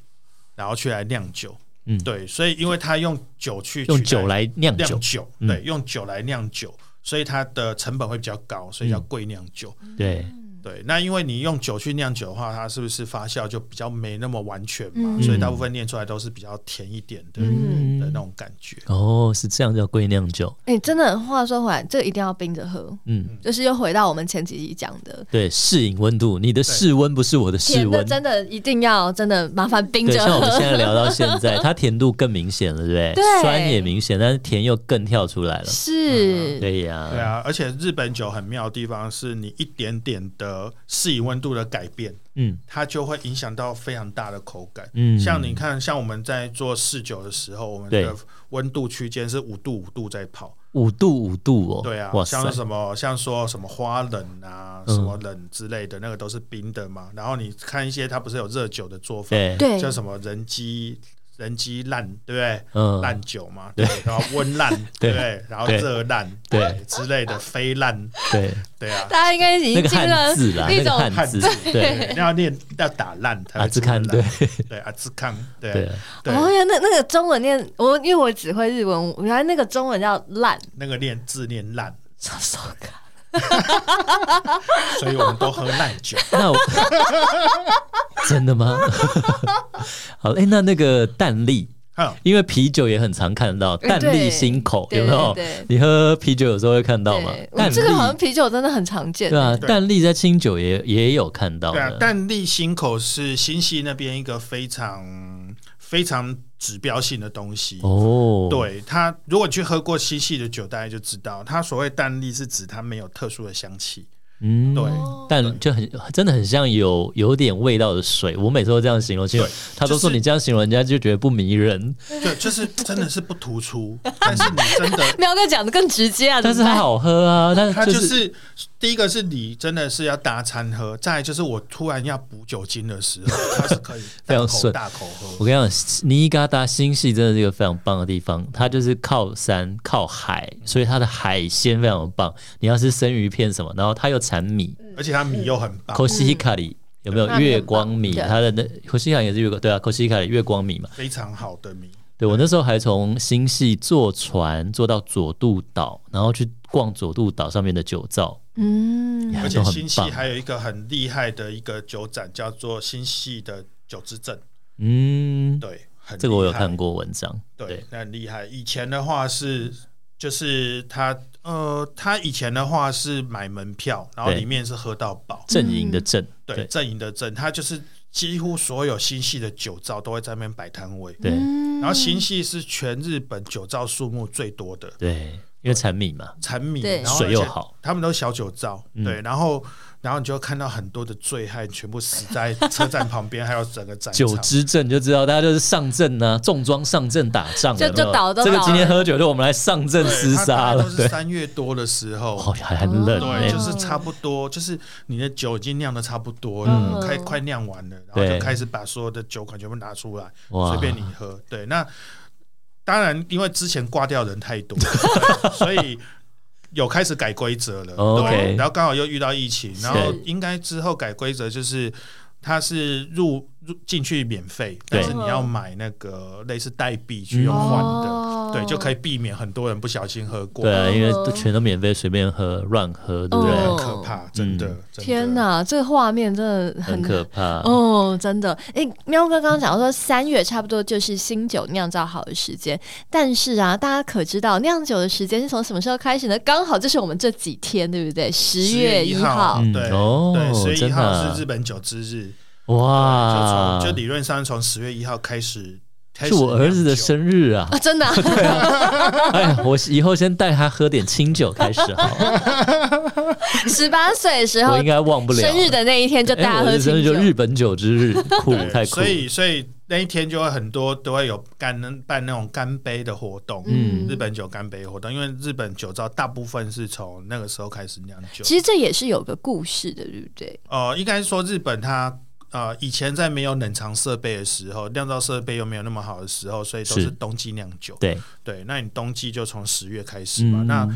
[SPEAKER 3] 然后去来酿酒。
[SPEAKER 2] 嗯
[SPEAKER 3] 对，所以因为它用酒去
[SPEAKER 2] 是用
[SPEAKER 3] 取代
[SPEAKER 2] 酒来酿酒
[SPEAKER 3] 酿，酒，
[SPEAKER 2] 嗯
[SPEAKER 3] 对，用酒来酿酒，所以它的成本会比较高，所以
[SPEAKER 2] 嗯
[SPEAKER 3] 叫贵酿酒。
[SPEAKER 2] 对，
[SPEAKER 3] 对，那因为你用酒去酿酒的话，它是不是发酵就比较没那么完全嘛？
[SPEAKER 1] 嗯
[SPEAKER 3] 所以大部分酿出来都是比较甜一点的、
[SPEAKER 2] 嗯
[SPEAKER 3] 的那种感觉。
[SPEAKER 2] 哦，是这样叫贵酿酒，
[SPEAKER 1] 哎、真的话说回来，这一定要冰着喝，
[SPEAKER 2] 嗯，
[SPEAKER 1] 就是又回到我们前几集讲的，
[SPEAKER 2] 对，适应温度，你的室温不是我的室
[SPEAKER 1] 甜的
[SPEAKER 2] 温，
[SPEAKER 1] 真的一定要真的麻烦冰
[SPEAKER 2] 对，
[SPEAKER 1] 着
[SPEAKER 2] 像我们现
[SPEAKER 1] 喝。
[SPEAKER 2] 在聊到现 在，它甜度更明显了，对不对？
[SPEAKER 1] 对
[SPEAKER 2] 酸也明显，但是甜又更跳出来了，
[SPEAKER 1] 是，
[SPEAKER 2] 嗯对呀、
[SPEAKER 3] 对啊，而且日本酒很妙的地方是你一点点的适宜温度的改变，
[SPEAKER 2] 嗯
[SPEAKER 3] 它就会影响到非常大的口感。
[SPEAKER 2] 嗯，
[SPEAKER 3] 像你看，像我们在做试酒的时候，我们
[SPEAKER 2] 对
[SPEAKER 3] 的温度区间是五度五度在跑。
[SPEAKER 2] 五度五度哦，
[SPEAKER 3] 对啊
[SPEAKER 2] 哇，塞
[SPEAKER 3] 像，什么像说什么花冷啊、
[SPEAKER 2] 嗯
[SPEAKER 3] 什么冷之类的，那个都是冰的嘛。然后你看一些它不是有热酒的做法，
[SPEAKER 2] 对，
[SPEAKER 1] 对，
[SPEAKER 3] 叫什么人鸡人鸡烂，对不对？
[SPEAKER 2] 嗯，
[SPEAKER 3] 烂酒嘛，对，然后温烂，
[SPEAKER 2] 对
[SPEAKER 3] 对不对，然后
[SPEAKER 2] 对
[SPEAKER 3] 热烂，
[SPEAKER 2] 对
[SPEAKER 3] 之类的非烂，
[SPEAKER 2] 对，
[SPEAKER 3] 对啊，
[SPEAKER 1] 大家应该已经
[SPEAKER 2] 那个
[SPEAKER 1] 进了
[SPEAKER 2] 汉字啦，那
[SPEAKER 1] 一
[SPEAKER 2] 个
[SPEAKER 1] 种
[SPEAKER 2] 汉字，对，
[SPEAKER 3] 对，要念要打烂才
[SPEAKER 2] 阿
[SPEAKER 3] 会
[SPEAKER 2] 兹
[SPEAKER 3] 吃得
[SPEAKER 2] 看，
[SPEAKER 3] 烂，
[SPEAKER 2] 对
[SPEAKER 3] 对阿兹康，
[SPEAKER 2] 对
[SPEAKER 3] 对
[SPEAKER 2] 啊，
[SPEAKER 3] 对，
[SPEAKER 1] 哦呀，那那个中文念我，因为我只会日文，原来那个中文叫 烂，
[SPEAKER 3] 那个念字念烂，
[SPEAKER 1] 手手感
[SPEAKER 3] 所以我们都喝烂 酒。
[SPEAKER 2] 那我真的吗？ 好，哎、那那个蛋力，
[SPEAKER 3] 哼
[SPEAKER 2] 因为啤酒也很常看到
[SPEAKER 1] 嗯对
[SPEAKER 2] 蛋力心口，
[SPEAKER 1] 对
[SPEAKER 2] 有没有
[SPEAKER 1] 对对？
[SPEAKER 2] 你喝啤酒有时候会看到嘛
[SPEAKER 1] 对，，我
[SPEAKER 2] 蛋
[SPEAKER 1] 这个好像
[SPEAKER 2] 力。
[SPEAKER 1] 啤酒真的很常见。
[SPEAKER 2] 对啊，
[SPEAKER 3] 对
[SPEAKER 2] 蛋力在清酒也也有看到
[SPEAKER 3] 对啊
[SPEAKER 2] 的，，
[SPEAKER 3] 但立新口是新系那边一个非常非常指标性的东西。
[SPEAKER 2] 哦，，
[SPEAKER 3] 对它，如果你去喝过新系的酒，大家就知道，它所谓淡丽是指它没有特殊的香气。
[SPEAKER 2] 嗯
[SPEAKER 3] 对，对
[SPEAKER 2] 但就很真的很像有有点味道的水，我每次都这样形容清酒
[SPEAKER 3] 对，
[SPEAKER 2] 他都说
[SPEAKER 3] 就是
[SPEAKER 2] 你这样形容人家就觉得不迷人，
[SPEAKER 3] 对，就是真的是不突出，但是你真的，
[SPEAKER 1] 喵哥讲的更直接啊，
[SPEAKER 2] 但是
[SPEAKER 1] 怎么
[SPEAKER 2] 它
[SPEAKER 1] 办
[SPEAKER 2] 好喝啊，但
[SPEAKER 3] 它就是是第一个是你真的是要搭餐喝，再来就是我突然要补酒精的时候，它是可以
[SPEAKER 2] 非常
[SPEAKER 3] 大口
[SPEAKER 2] 顺
[SPEAKER 3] 大口
[SPEAKER 2] 我
[SPEAKER 3] 喝。
[SPEAKER 2] 跟你讲，尼加达新系真的是一个非常棒的地方，它就是靠山靠海，所以它的海鲜非常棒。你要吃生鱼片什么，然后它又产米
[SPEAKER 3] 而且它米又很棒，
[SPEAKER 2] ，Koshikari 有没有呃
[SPEAKER 1] 那很
[SPEAKER 2] 月光米？
[SPEAKER 1] 棒对
[SPEAKER 2] 它的那 Koshikari 也是月光，对啊，Koshikari 月光米嘛。
[SPEAKER 3] 非常好的米。
[SPEAKER 2] 对我那时候还从新系坐船坐到佐渡岛，然后去逛佐渡岛上面的酒造，
[SPEAKER 1] 嗯，
[SPEAKER 2] 呀
[SPEAKER 3] 而且
[SPEAKER 2] 都很
[SPEAKER 3] 新系
[SPEAKER 2] 棒。
[SPEAKER 3] 还有一个很厉害的一个酒展，叫做新系的酒之证，
[SPEAKER 2] 嗯，
[SPEAKER 3] 对，很
[SPEAKER 2] 这个我有
[SPEAKER 3] 厉害
[SPEAKER 2] 看，过文章。
[SPEAKER 3] 对，那很厉害。以前的话是就是他呃，他以前的话是买门票，然后
[SPEAKER 2] 对
[SPEAKER 3] 里面是喝到饱，
[SPEAKER 2] 阵营的阵，
[SPEAKER 3] 嗯对，
[SPEAKER 2] 对
[SPEAKER 3] 阵营的阵，他就是几乎所有新系的酒造都会在那边摆摊位。
[SPEAKER 2] 对
[SPEAKER 1] 嗯
[SPEAKER 3] 然后新系是全日本酒造数目最多的
[SPEAKER 2] 对，因为产米嘛，
[SPEAKER 3] 产米，
[SPEAKER 1] 对
[SPEAKER 3] 然后
[SPEAKER 2] 水又
[SPEAKER 3] 而且
[SPEAKER 2] 好，
[SPEAKER 3] 他们都小酒造，
[SPEAKER 2] 嗯
[SPEAKER 3] 对，然后然后你就看到很多的醉汉全部死在车站旁边，还有整个展
[SPEAKER 2] 酒
[SPEAKER 3] 场。
[SPEAKER 2] 之阵就知道，大家就是上阵呢、重装上阵打仗，
[SPEAKER 1] 就
[SPEAKER 2] 有没有
[SPEAKER 1] 就倒都
[SPEAKER 2] 这个
[SPEAKER 1] 倒
[SPEAKER 2] 今天
[SPEAKER 1] 了
[SPEAKER 2] 喝酒就我们来上阵
[SPEAKER 3] 对
[SPEAKER 2] 厮
[SPEAKER 3] 它
[SPEAKER 2] 杀
[SPEAKER 3] 大概
[SPEAKER 2] 了
[SPEAKER 3] 都，是
[SPEAKER 2] 对，
[SPEAKER 3] 三月多的时
[SPEAKER 2] 哦，
[SPEAKER 3] 候，
[SPEAKER 2] 还很冷
[SPEAKER 1] 哦
[SPEAKER 2] 哎、
[SPEAKER 3] 对，
[SPEAKER 1] 对
[SPEAKER 3] 就是差不多，就是你的酒已经酿的差不多了，
[SPEAKER 1] 嗯
[SPEAKER 3] 快快酿完了，然后
[SPEAKER 2] 对
[SPEAKER 3] 就开始把所有的酒款全部拿出来，
[SPEAKER 2] 哇
[SPEAKER 3] 随便你喝。对，那当然，因为之前挂掉人太 多，对所以有开始改规则了。
[SPEAKER 2] 哦 OK
[SPEAKER 3] 对，然后刚好又遇到疫情，然后
[SPEAKER 1] 是
[SPEAKER 3] 应该之后改规则就是。它是入入进去免费，
[SPEAKER 2] 对
[SPEAKER 3] 但是你要买那个类似代币去用换的，
[SPEAKER 1] 哦
[SPEAKER 3] 对，就可以避免很多人不小心喝过，
[SPEAKER 2] 对啊，因为
[SPEAKER 1] 哦
[SPEAKER 2] 都全都免费，随便喝，乱喝，对不
[SPEAKER 3] 对
[SPEAKER 2] 对？
[SPEAKER 1] 哦
[SPEAKER 3] 很可怕，真的。
[SPEAKER 2] 嗯
[SPEAKER 3] 真的
[SPEAKER 1] 天哪，这个画面真的
[SPEAKER 2] 很可怕。
[SPEAKER 1] 哦，真的，哎、喵哥刚刚讲说三月差不多就是新酒酿造好的时间，但是啊，大家可知道酿酒的时间是从什么时候开始呢？刚好就是我们这几天，对不对？十月一
[SPEAKER 3] 一
[SPEAKER 1] 号，
[SPEAKER 2] 嗯
[SPEAKER 3] 对，
[SPEAKER 2] 哦
[SPEAKER 3] 对，十月
[SPEAKER 2] 真
[SPEAKER 3] 一
[SPEAKER 2] 的啊
[SPEAKER 3] 号是日本酒之日，
[SPEAKER 2] 哇啊
[SPEAKER 3] 就从！就理论上从十月一号开始，开始
[SPEAKER 2] 是我儿子的生日啊！
[SPEAKER 1] 啊，真的啊、
[SPEAKER 2] 哎，我以后先带他喝点清酒开始好 了，
[SPEAKER 1] 十八岁的时
[SPEAKER 2] 我
[SPEAKER 1] 候
[SPEAKER 2] 应，该忘不了。
[SPEAKER 1] 生日的那一天就
[SPEAKER 2] 哎
[SPEAKER 1] 大家
[SPEAKER 2] 我
[SPEAKER 1] 喝
[SPEAKER 2] 的生
[SPEAKER 1] 清
[SPEAKER 2] 日就
[SPEAKER 1] 酒。
[SPEAKER 2] 日本酒之 日，酷
[SPEAKER 3] 酿酒，
[SPEAKER 2] 太
[SPEAKER 3] 对，
[SPEAKER 2] 酷！
[SPEAKER 3] 所以所以那一天就会很多都会有干办那种干杯的活动，
[SPEAKER 2] 嗯
[SPEAKER 3] 日本酒干杯活动，因为日本酒造大部分是从那个时候开始酿酒，
[SPEAKER 1] 其实这也是有个故事的，对不对？
[SPEAKER 3] 呃，应该说日本它。呃，以前在没有冷藏设备的时候，酿造设备又没有那么好的时候，所以都
[SPEAKER 2] 是
[SPEAKER 3] 是冬季酿酒。
[SPEAKER 2] 对，
[SPEAKER 3] 对，那你冬季就从十月开始嘛。
[SPEAKER 2] 嗯，
[SPEAKER 3] 那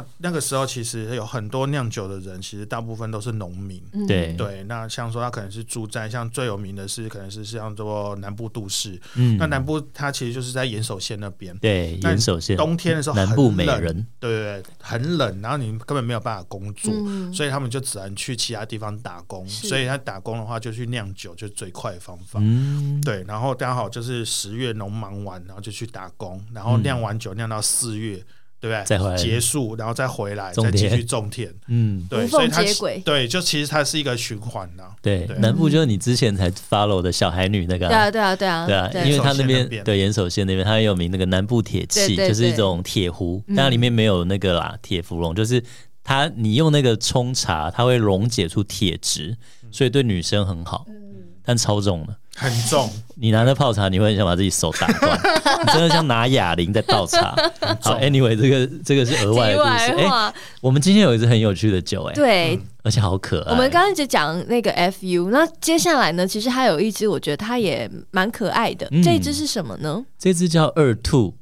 [SPEAKER 3] 那那个时候，其实有很多酿酒的人，其实大部分都是农民。
[SPEAKER 1] 嗯，
[SPEAKER 2] 对，
[SPEAKER 3] 对，那像说他可能是住在像最有名的是，可能是像做南部都市。
[SPEAKER 2] 嗯
[SPEAKER 3] 那南部它其实就是在岩手县那边，
[SPEAKER 2] 对
[SPEAKER 3] 那
[SPEAKER 2] 岩手县
[SPEAKER 3] 冬天的时候
[SPEAKER 2] 南
[SPEAKER 3] 很
[SPEAKER 2] 部美
[SPEAKER 3] 冷
[SPEAKER 2] 人，
[SPEAKER 3] 对对对，很冷，然后你根本没有办法工作，
[SPEAKER 1] 嗯
[SPEAKER 3] 所以他们就只能去其他地方打工。
[SPEAKER 1] 是
[SPEAKER 3] 所以他打工的话，就去酿酒，就是最快的方法。
[SPEAKER 2] 嗯，
[SPEAKER 3] 对，然后刚好就是十月农忙完，然后就去打工，然后
[SPEAKER 2] 嗯
[SPEAKER 3] 酿完酒酿到四月，对不对？
[SPEAKER 2] 再回来
[SPEAKER 3] 结束，然后再回来，
[SPEAKER 2] 种
[SPEAKER 3] 再继续
[SPEAKER 2] 田
[SPEAKER 3] 种田。
[SPEAKER 2] 嗯，
[SPEAKER 3] 对，
[SPEAKER 1] 无
[SPEAKER 3] 所以
[SPEAKER 1] 缝
[SPEAKER 3] 它
[SPEAKER 1] 接
[SPEAKER 3] 是
[SPEAKER 1] 轨
[SPEAKER 3] 对，就其实它是一个循环呐、
[SPEAKER 2] 对，
[SPEAKER 3] 对
[SPEAKER 2] 南部就是你之前才 follow 的小孩女那个
[SPEAKER 1] 对
[SPEAKER 2] 啊、
[SPEAKER 1] 啊，对啊，对啊，
[SPEAKER 2] 对啊，因为他那
[SPEAKER 3] 岩手县
[SPEAKER 2] 边
[SPEAKER 3] 那边
[SPEAKER 2] 对岩手县那边，它很有名那个南部铁
[SPEAKER 1] 对
[SPEAKER 2] 器，
[SPEAKER 1] 对
[SPEAKER 2] 就是一
[SPEAKER 1] 对
[SPEAKER 2] 种铁壶，
[SPEAKER 1] 嗯
[SPEAKER 2] 但它里面没有那个啦，铁氟龙，就是它你用那个冲茶，它会溶解出铁质，
[SPEAKER 3] 嗯
[SPEAKER 2] 所以对女生很好，
[SPEAKER 1] 嗯
[SPEAKER 2] 但超重的。
[SPEAKER 3] 很重，
[SPEAKER 2] 你拿那泡茶，你会很想把自己手打 断，你真的像拿哑铃在倒茶。好，anyway，这个这个是额外
[SPEAKER 1] 题
[SPEAKER 2] 的故事。
[SPEAKER 1] 外
[SPEAKER 2] 哎、
[SPEAKER 1] 话，
[SPEAKER 2] 我们今天有一支很有趣的酒、哎，
[SPEAKER 1] 对，
[SPEAKER 2] 而且好可爱。
[SPEAKER 1] 我们刚刚一直讲那个 FU，那接下来呢？其实还有一只，我觉得它也蛮可爱的。
[SPEAKER 2] 嗯
[SPEAKER 1] 这一只是什么 呢？
[SPEAKER 2] 这支叫二兔，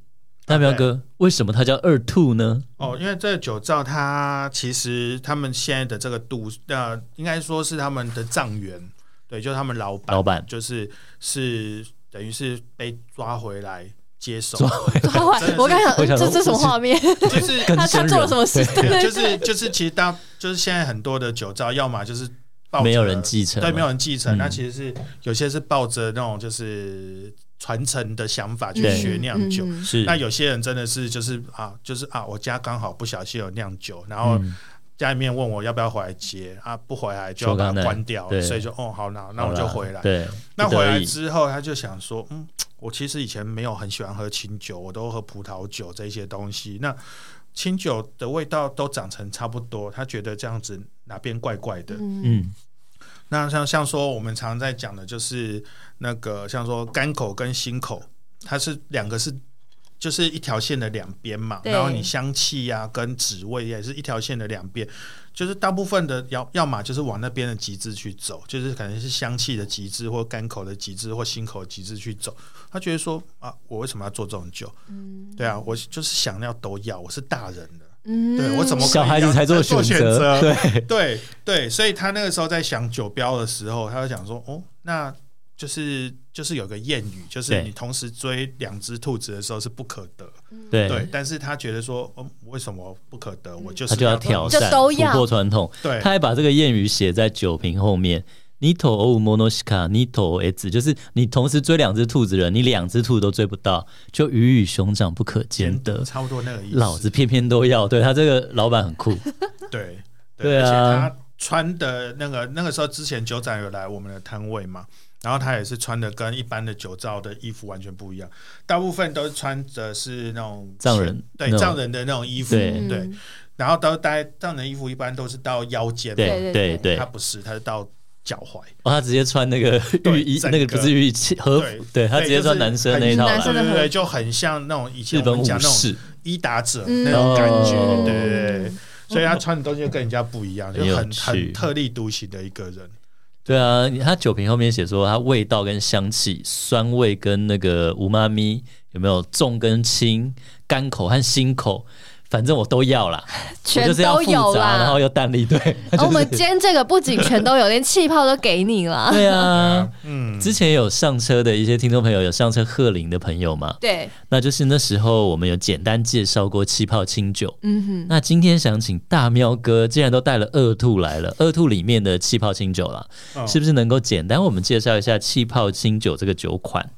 [SPEAKER 2] 大苗
[SPEAKER 3] 啊
[SPEAKER 2] 哥，为什么它叫二兔呢？
[SPEAKER 3] 哦，因为这个酒造它其实他们现在的这个度，呃，应该说是他们的账员，对，就是他们老板，
[SPEAKER 2] 老板
[SPEAKER 3] 就是是等于是被抓回来接手，
[SPEAKER 1] 抓坏
[SPEAKER 3] 真的是
[SPEAKER 1] 我刚想，嗯
[SPEAKER 2] 我想
[SPEAKER 1] 这
[SPEAKER 2] 说
[SPEAKER 1] 这什么画面？
[SPEAKER 3] 就是
[SPEAKER 2] 更
[SPEAKER 1] 他他
[SPEAKER 2] 生
[SPEAKER 1] 做了
[SPEAKER 2] 人
[SPEAKER 1] 什么事？
[SPEAKER 3] 对，就是就是，其实大就是现在很多的酒造，要么就是抱着
[SPEAKER 2] 没有人继承嘛，
[SPEAKER 3] 对，没有人继承，
[SPEAKER 2] 嗯
[SPEAKER 3] 那其实是有些是抱着那种就是传承的想法去
[SPEAKER 2] 对
[SPEAKER 3] 学酿酒。
[SPEAKER 1] 嗯嗯
[SPEAKER 2] 是
[SPEAKER 3] 那有些人真的是就是啊，就是啊，我家刚好不小心有酿酒，然后
[SPEAKER 2] 嗯
[SPEAKER 3] 家里面问我要不要回来接啊，不回来就
[SPEAKER 2] 说
[SPEAKER 3] 要把
[SPEAKER 2] 刚才
[SPEAKER 3] 它关掉
[SPEAKER 2] 对，
[SPEAKER 3] 所以就哦好那那
[SPEAKER 2] 好
[SPEAKER 3] 我
[SPEAKER 2] 啦
[SPEAKER 3] 就回来。
[SPEAKER 2] 对，
[SPEAKER 3] 那
[SPEAKER 2] 不得
[SPEAKER 3] 回来
[SPEAKER 2] 已
[SPEAKER 3] 之后，他就想说，嗯，我其实以前没有很喜欢喝清酒，我都喝葡萄酒这些东西。那清酒的味道都长成差不多，他觉得这样子哪边怪怪的。
[SPEAKER 1] 嗯
[SPEAKER 2] 嗯，
[SPEAKER 3] 那像像说我们常在讲的就是那个像说干口跟心口，它是两个是就是一条线的两边嘛，
[SPEAKER 1] 对
[SPEAKER 3] 然后你香气呀、跟脂味也是一条线的两边，就是大部分的要要么就是往那边的极致去走，就是可能是香气的极致或干口的极致或心口的极致去走。他觉得说啊，我为什么要做这种酒？
[SPEAKER 1] 嗯
[SPEAKER 3] 对啊，我就是想要都要，我是大人了。
[SPEAKER 1] 嗯
[SPEAKER 3] 对我怎么可以
[SPEAKER 2] 小孩子才做选
[SPEAKER 3] 要做选
[SPEAKER 2] 择，
[SPEAKER 3] 择
[SPEAKER 2] 对，
[SPEAKER 3] 对对，所以他那个时候在想酒标的时候，他就想说，哦，那就是就是有个谚语，就是
[SPEAKER 2] 对
[SPEAKER 3] 你同时追两只兔子的时候是不可得，
[SPEAKER 2] 对
[SPEAKER 3] 对。但是他觉得说，嗯，为什么不可得？我就
[SPEAKER 2] 嗯
[SPEAKER 3] 是
[SPEAKER 2] 他就要挑
[SPEAKER 3] 挑
[SPEAKER 1] 就
[SPEAKER 2] 战，
[SPEAKER 1] 都
[SPEAKER 2] 突
[SPEAKER 1] 要
[SPEAKER 2] 破传统。
[SPEAKER 3] 对
[SPEAKER 2] 他还把这个谚语写在酒瓶后面，你头欧莫诺西卡，你头 S，就是你同时追两只兔子人，你两只兔都追不到，就鱼与熊掌不可兼得。
[SPEAKER 3] 差不多那个意思。
[SPEAKER 2] 老子偏偏都要，对他这个老板很酷，
[SPEAKER 3] 对
[SPEAKER 2] 对啊
[SPEAKER 3] 而且他穿的那个那个时候之前酒展有来我们的摊位嘛，然后他也是穿的跟一般的酒造的衣服完全不一样，大部分都穿的是那种
[SPEAKER 2] 藏人那
[SPEAKER 3] 对
[SPEAKER 2] 种
[SPEAKER 3] 藏人的那种衣服，
[SPEAKER 1] 嗯
[SPEAKER 2] 对
[SPEAKER 3] 对，然后都戴藏人衣服一般都是到腰间嘛，
[SPEAKER 2] 对
[SPEAKER 1] 对
[SPEAKER 2] 对
[SPEAKER 1] 对
[SPEAKER 2] 对，
[SPEAKER 3] 他
[SPEAKER 2] 哦，
[SPEAKER 3] 不是，他是到脚踝，
[SPEAKER 2] 他直接穿那个
[SPEAKER 3] 对
[SPEAKER 2] 浴衣，
[SPEAKER 3] 整
[SPEAKER 2] 那个
[SPEAKER 3] 个
[SPEAKER 2] 不是浴衣和服，对他直接穿男生那一套
[SPEAKER 1] 男
[SPEAKER 2] 啦，
[SPEAKER 1] 生的
[SPEAKER 3] 对对对，
[SPEAKER 1] 和
[SPEAKER 3] 就很像那种以前
[SPEAKER 2] 日
[SPEAKER 3] 我
[SPEAKER 2] 本
[SPEAKER 3] 们讲
[SPEAKER 2] 武
[SPEAKER 3] 那种
[SPEAKER 2] 士，
[SPEAKER 3] 伊达者
[SPEAKER 1] 嗯
[SPEAKER 3] 那种感觉，
[SPEAKER 2] 哦
[SPEAKER 3] 对对对。所以他穿的东西就跟人家不一样，就
[SPEAKER 2] 很有
[SPEAKER 3] 很
[SPEAKER 2] 趣
[SPEAKER 3] 很特立独行的一个人。
[SPEAKER 2] 对啊，他酒瓶后面写说，它味道跟香气、酸味跟那个无妈咪有没有重跟轻、干口和新口，反正我都要啦，我
[SPEAKER 1] 全
[SPEAKER 2] 就是要
[SPEAKER 1] 都
[SPEAKER 2] 复
[SPEAKER 1] 有
[SPEAKER 2] 杂，然
[SPEAKER 1] 啦
[SPEAKER 2] 后。又淡力对。
[SPEAKER 1] 哦我 们今天这个不仅全都有，连气泡都给你了。
[SPEAKER 2] 对啊，
[SPEAKER 3] 嗯，
[SPEAKER 2] 之前有上车的一些听众朋友，有上车贺林的朋友嘛，
[SPEAKER 1] 对，
[SPEAKER 2] 那就是那时候我们有简单介绍过气泡清酒。
[SPEAKER 1] 嗯哼，
[SPEAKER 2] 那今天想请大喵哥，既然都带了二兔来了，二兔里面的气泡清酒啦，
[SPEAKER 3] 嗯
[SPEAKER 2] 是不是能够简单我们介绍一下气泡清酒这个酒款？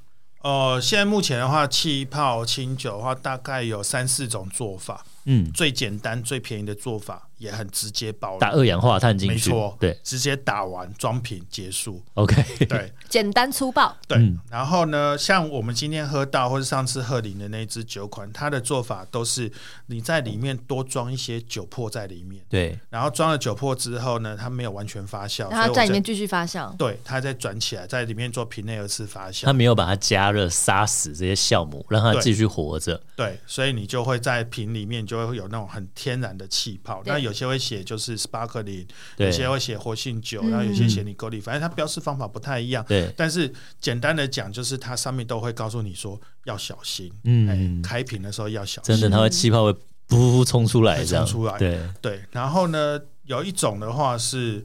[SPEAKER 3] 呃，现在目前的话，气泡清酒的话，大概有三四种做法，
[SPEAKER 2] 嗯，
[SPEAKER 3] 最简单、最便宜的做法，也很直接包
[SPEAKER 2] 打
[SPEAKER 3] 了，
[SPEAKER 2] 二氧化碳进去，
[SPEAKER 3] 没错，
[SPEAKER 2] 对
[SPEAKER 3] 直接打完装瓶结束，
[SPEAKER 2] ，OK，
[SPEAKER 3] 对
[SPEAKER 1] 简单粗暴。
[SPEAKER 3] 对、
[SPEAKER 2] 嗯
[SPEAKER 3] 然后呢，像我们今天喝到或是上次贺林的那一支酒款，它的做法都是你在里面多装一些酒粕在里面，
[SPEAKER 2] 对，
[SPEAKER 3] 然后装了酒粕之后呢，它没有完全发酵，
[SPEAKER 1] 然后
[SPEAKER 3] 所以我
[SPEAKER 1] 在里
[SPEAKER 3] 再
[SPEAKER 1] 面继续发酵。
[SPEAKER 3] 对它再转起来，在里面做瓶内二次发酵
[SPEAKER 2] 他。没有把它加热杀死这些酵母，让它
[SPEAKER 3] 对
[SPEAKER 2] 继续活着。
[SPEAKER 3] 对，所以你就会在瓶里面就会有那种很天然的气泡。
[SPEAKER 1] 对
[SPEAKER 3] 那有些会写就是 sparkling，有
[SPEAKER 2] 对
[SPEAKER 3] 些会写活性酒，
[SPEAKER 1] 嗯
[SPEAKER 3] 然后有些写你勾力，反正它标示方法不太一样。
[SPEAKER 2] 对，
[SPEAKER 3] 但是简单的讲，就是它上面都会告诉你说要小心，
[SPEAKER 2] 嗯
[SPEAKER 3] 哎，，开瓶的时候要小心。
[SPEAKER 2] 真的，它会气泡会噗冲出来，
[SPEAKER 3] 会
[SPEAKER 2] 这样
[SPEAKER 3] 冲出来
[SPEAKER 2] 对，
[SPEAKER 3] 对，然后呢，有一种的话是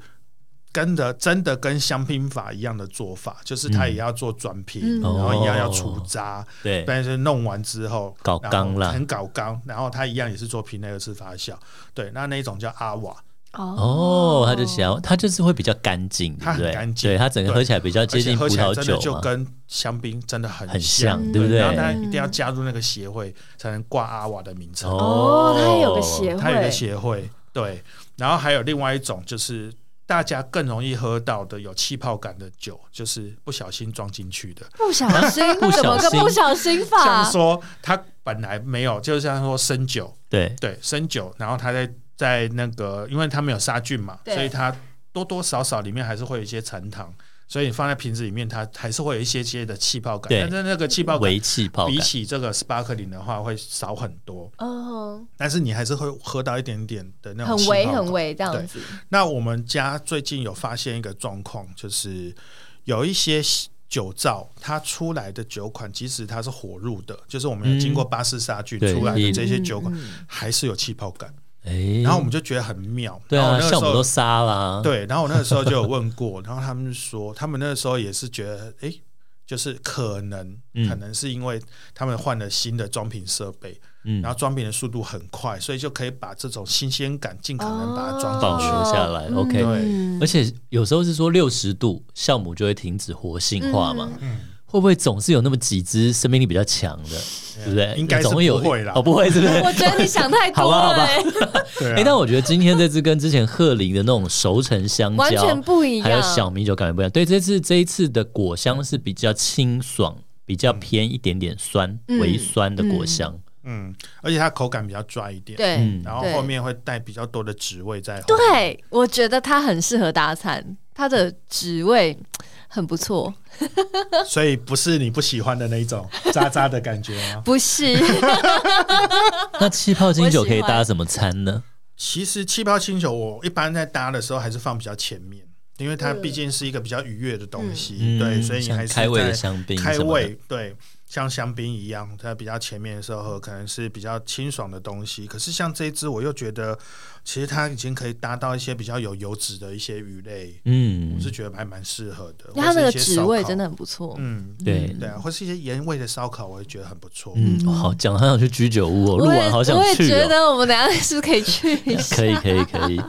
[SPEAKER 3] 跟的真的跟香槟法一样的做法，就是它也要做转
[SPEAKER 1] 嗯
[SPEAKER 3] 瓶，然后一样要除
[SPEAKER 2] 哦
[SPEAKER 3] 渣，
[SPEAKER 2] 对，
[SPEAKER 3] 但是弄完之后
[SPEAKER 2] 搞
[SPEAKER 3] 然后
[SPEAKER 2] 缸啦
[SPEAKER 3] 很搞缸，然后它一样也是做瓶内二次发酵。对，那那一种叫阿瓦，
[SPEAKER 2] 哦，它就想要，它就是会比较干净，
[SPEAKER 3] 它
[SPEAKER 2] 对不对？
[SPEAKER 3] 很干净
[SPEAKER 2] 对，它整个
[SPEAKER 3] 对
[SPEAKER 2] 喝起来比较接
[SPEAKER 3] 而且
[SPEAKER 2] 近葡
[SPEAKER 3] 喝起来
[SPEAKER 2] 萄
[SPEAKER 3] 真的
[SPEAKER 2] 酒
[SPEAKER 3] 就
[SPEAKER 2] 嘛，
[SPEAKER 3] 跟香槟真的很
[SPEAKER 2] 很
[SPEAKER 3] 像。
[SPEAKER 2] 像，
[SPEAKER 1] 嗯
[SPEAKER 2] 对不
[SPEAKER 3] 然后
[SPEAKER 2] 对？
[SPEAKER 3] 它一定要加入那个协会，才能挂阿瓦的名称。
[SPEAKER 1] 哦，它也有个协
[SPEAKER 3] 它有个
[SPEAKER 1] 会，
[SPEAKER 3] 协会，对。然后还有另外一种就是大家更容易喝到的有气泡感的酒，就是不小心装进去的。
[SPEAKER 1] 不小心，
[SPEAKER 2] 不小
[SPEAKER 1] 怎么个
[SPEAKER 2] 心
[SPEAKER 1] 不小心
[SPEAKER 3] 像
[SPEAKER 1] 法？
[SPEAKER 3] 说它本来没有，就像说生酒，
[SPEAKER 2] 对，
[SPEAKER 3] 对，生酒，然后它在在那个，因为它没有杀菌嘛，
[SPEAKER 1] 对
[SPEAKER 3] 所以它多多少少里面还是会有一些残糖，所以你放在瓶子里面，它还是会有一些些的气泡感，
[SPEAKER 2] 对
[SPEAKER 3] 但是那个气泡感
[SPEAKER 2] 微气泡感
[SPEAKER 3] 比，起这个 sparkling 的话会少很多，
[SPEAKER 1] 哦，
[SPEAKER 3] 但是你还是会喝到一点点的那
[SPEAKER 1] 很
[SPEAKER 3] 种气泡
[SPEAKER 1] 微
[SPEAKER 3] 感
[SPEAKER 1] 很。微这样子。
[SPEAKER 3] 那我们家最近有发现一个状况，就是有一些。酒造它出来的酒款，即使它是火入的，就是我们有经过巴氏杀
[SPEAKER 2] 嗯
[SPEAKER 3] 菌
[SPEAKER 2] 对
[SPEAKER 3] 出来的
[SPEAKER 2] 一
[SPEAKER 3] 这些酒款
[SPEAKER 1] 嗯，嗯
[SPEAKER 3] 还是有气泡感。
[SPEAKER 2] 哎，
[SPEAKER 3] 然后我们就觉得很妙。
[SPEAKER 2] 对
[SPEAKER 3] 然后
[SPEAKER 2] 啊，
[SPEAKER 3] 我那个
[SPEAKER 2] 酵
[SPEAKER 3] 时
[SPEAKER 2] 母都
[SPEAKER 3] 候
[SPEAKER 2] 杀啦，
[SPEAKER 3] 对，然后我那个时候就有问过，然后他们说，他们那个时候也是觉得，哎，就是可能
[SPEAKER 2] 嗯，
[SPEAKER 3] 可能是因为他们换了新的装瓶设备，
[SPEAKER 2] 嗯，
[SPEAKER 3] 然后装瓶的速度很快，所以就可以把这种新鲜感尽可能把它装
[SPEAKER 2] 保
[SPEAKER 3] 进去。
[SPEAKER 2] 留下来
[SPEAKER 1] 嗯
[SPEAKER 2] ，OK
[SPEAKER 1] 嗯
[SPEAKER 2] 而且有时候是说六十度酵母就会停止活性化嘛，
[SPEAKER 3] 嗯
[SPEAKER 2] 会不会总是有那么几只生命力比较强的，对不对？
[SPEAKER 3] 啊应该是
[SPEAKER 2] 总会有
[SPEAKER 3] 不会啦啊
[SPEAKER 2] 哦，不会 是不是？
[SPEAKER 1] 我觉得你想太多
[SPEAKER 2] 好吧好
[SPEAKER 1] 了
[SPEAKER 2] 吧
[SPEAKER 1] 欸，
[SPEAKER 3] 对啊
[SPEAKER 2] 哎、但我觉得今天这支跟之前贺林的那种熟成香
[SPEAKER 1] 完
[SPEAKER 2] 蕉
[SPEAKER 1] 全，不一
[SPEAKER 2] 还有
[SPEAKER 1] 样。
[SPEAKER 2] 小米酒感觉不一样。对，这次这一次的果香是比较清爽，比较偏一点点酸、
[SPEAKER 1] 嗯
[SPEAKER 2] 微酸的果香。
[SPEAKER 3] 嗯，而且它口感比较抓一点，
[SPEAKER 1] 对
[SPEAKER 2] 嗯
[SPEAKER 3] 然后后面会带比较多的脂味在。，
[SPEAKER 1] 对，我觉得它很适合搭餐，它的职位很不 错。
[SPEAKER 3] 所以不是你不喜欢的那一种 渣渣的感觉吗？
[SPEAKER 1] 不 是，嗯
[SPEAKER 2] 那气泡清酒可以搭什么餐呢？
[SPEAKER 3] 其实气泡清酒，我一般在搭的时候还是放比较前面，因为它毕竟是一个比较愉悦的东西，
[SPEAKER 2] 嗯
[SPEAKER 3] 对，所以你
[SPEAKER 2] 像
[SPEAKER 3] 还是
[SPEAKER 2] 开胃的
[SPEAKER 3] 在
[SPEAKER 2] 香槟
[SPEAKER 3] 开
[SPEAKER 2] 什么的
[SPEAKER 3] 胃，对。像香槟一样，在比较前面的时候喝，可能是比较清爽的东西。可是像这一支，我又觉得其实它已经可以搭到一些比较有油脂的一些鱼类，
[SPEAKER 2] 嗯
[SPEAKER 3] 我是觉得还蛮适合的。
[SPEAKER 1] 因为它那
[SPEAKER 3] 或
[SPEAKER 1] 个
[SPEAKER 3] 是一些
[SPEAKER 1] 脂
[SPEAKER 3] 烧
[SPEAKER 1] 味
[SPEAKER 3] 烤
[SPEAKER 1] 真的，很不错。
[SPEAKER 3] 嗯，
[SPEAKER 2] 对
[SPEAKER 3] 对啊，或是一些盐味的烧烤，我也觉得很不错。
[SPEAKER 2] 嗯，好讲，好想去居酒屋哦，录
[SPEAKER 1] 我
[SPEAKER 2] 完
[SPEAKER 1] 也
[SPEAKER 2] 好想
[SPEAKER 1] 我也
[SPEAKER 2] 去
[SPEAKER 1] 觉
[SPEAKER 2] 哦。
[SPEAKER 1] 得我们等一下是不是可以去一下？
[SPEAKER 2] 可以可以 可以，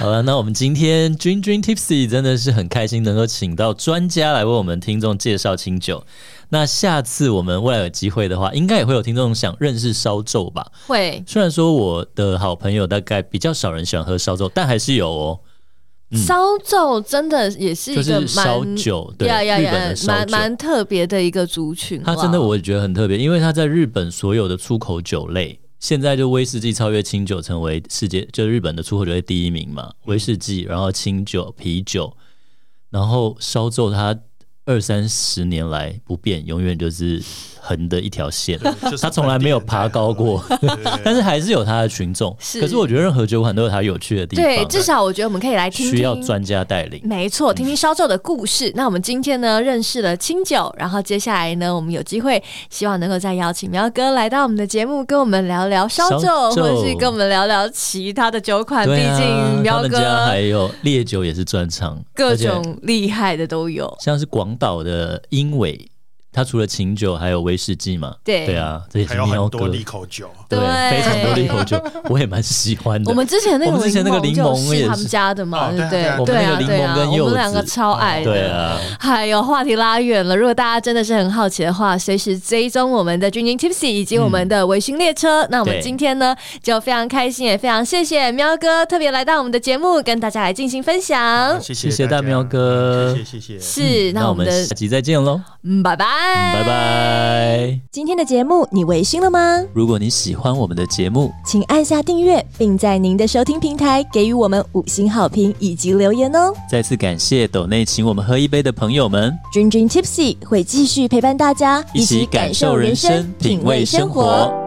[SPEAKER 2] 好了，那我们今天君君 Tipsy 真的是很开心能够请到专家来为我们听众介绍清酒。那下次我们未来有机会的话，应该也会有听众想认识烧酒吧。
[SPEAKER 1] 会，
[SPEAKER 2] 虽然说我的好朋友大概比较少人喜欢喝烧酒，但还是有哦，嗯
[SPEAKER 1] 烧酒真的也是
[SPEAKER 2] 就
[SPEAKER 1] 一个
[SPEAKER 2] 是
[SPEAKER 1] 蛮
[SPEAKER 2] 烧酒，对，
[SPEAKER 1] 呀呀
[SPEAKER 2] 日本
[SPEAKER 1] 呀
[SPEAKER 2] 的，烧
[SPEAKER 1] 蛮
[SPEAKER 2] 酒。
[SPEAKER 1] 蛮特别的一个族群啦。
[SPEAKER 2] 它真的我也觉得很特别，因为它在日本所有的出口酒类，现在就威士忌超越清酒成为世界就日本的出口酒类第一名
[SPEAKER 1] 嗯
[SPEAKER 2] 嘛，威士忌，然后清酒、啤酒，然后烧酒，它二三十年来不变，永远就是横的一 条线。
[SPEAKER 3] 就是
[SPEAKER 2] 它从来没有爬高过
[SPEAKER 3] 本地人在喝而已，对
[SPEAKER 2] 但是还是有它的群众，
[SPEAKER 1] 是
[SPEAKER 2] 可是我觉得任何酒款都有它有趣的地方，啊
[SPEAKER 1] 对，至少我觉得我们可以来听听
[SPEAKER 2] 需要专家带领。
[SPEAKER 1] 没错，听听烧酒的故事。那我们今天呢认识了清酒，然后接下来呢，我们有机会希望能够再邀请苗哥来到我们的节目，跟我们聊聊烧酒，
[SPEAKER 2] 烧酒
[SPEAKER 1] 或者是跟我们聊聊其他的酒款。
[SPEAKER 2] 对
[SPEAKER 1] 毕
[SPEAKER 2] 啊
[SPEAKER 1] 竟，
[SPEAKER 2] 他
[SPEAKER 1] 苗
[SPEAKER 2] 们家还
[SPEAKER 1] 哥
[SPEAKER 2] 有烈酒也是专场，
[SPEAKER 1] 各
[SPEAKER 2] 而且
[SPEAKER 1] 种厉害的都有。
[SPEAKER 2] 像是广岛的英伟，它除了清酒还有威士忌嘛，
[SPEAKER 1] 对
[SPEAKER 2] 对，啊，这也是
[SPEAKER 3] 还有
[SPEAKER 2] 喵
[SPEAKER 3] 很
[SPEAKER 2] 哥
[SPEAKER 3] 多，利口酒，
[SPEAKER 2] 对，
[SPEAKER 1] 对
[SPEAKER 2] 非常多利口酒，我也蛮喜欢的。
[SPEAKER 1] 我们之前那
[SPEAKER 2] 我
[SPEAKER 1] 个
[SPEAKER 2] 们之前那个柠檬
[SPEAKER 1] 就是
[SPEAKER 2] 也
[SPEAKER 1] 他
[SPEAKER 2] 是
[SPEAKER 1] 们家的嘛，
[SPEAKER 3] 哦
[SPEAKER 1] 对不对
[SPEAKER 3] 对啊？
[SPEAKER 1] 对
[SPEAKER 2] 对啊
[SPEAKER 1] 啊，对
[SPEAKER 2] 我们那个柠
[SPEAKER 1] 啊，
[SPEAKER 2] 檬跟柚子
[SPEAKER 1] 我们两个超爱的。
[SPEAKER 2] 对啊，
[SPEAKER 1] 还有话题拉远了，如果大家真的是很好奇的话，随时追踪我们的军营 Tipsy 以及我们的维醺列车。那我们
[SPEAKER 2] 对
[SPEAKER 1] 今天呢，就非常开心，也非常谢谢喵哥特别来到我们的节目，跟大家来进行分享。
[SPEAKER 3] 谢
[SPEAKER 2] 谢谢
[SPEAKER 3] 大
[SPEAKER 2] 大
[SPEAKER 3] 家嗯
[SPEAKER 2] 喵哥
[SPEAKER 3] 谢谢谢谢。
[SPEAKER 1] 是，那
[SPEAKER 2] 那
[SPEAKER 1] 我
[SPEAKER 2] 我
[SPEAKER 1] 们
[SPEAKER 2] 们
[SPEAKER 1] 的
[SPEAKER 2] 下集再见喽，
[SPEAKER 1] 嗯拜拜，
[SPEAKER 2] 拜拜。
[SPEAKER 4] 今天的节目你微醺了吗？
[SPEAKER 2] 如果你喜欢我们的节目，
[SPEAKER 4] 请按下订阅，并在您的收听平台给予我们五星好评以及留言哦。
[SPEAKER 2] 再次感谢斗内请我们喝一杯的朋友们，
[SPEAKER 4] 君君 Tipsy 会继续陪伴大家，
[SPEAKER 2] 一起感受人生，品味生活。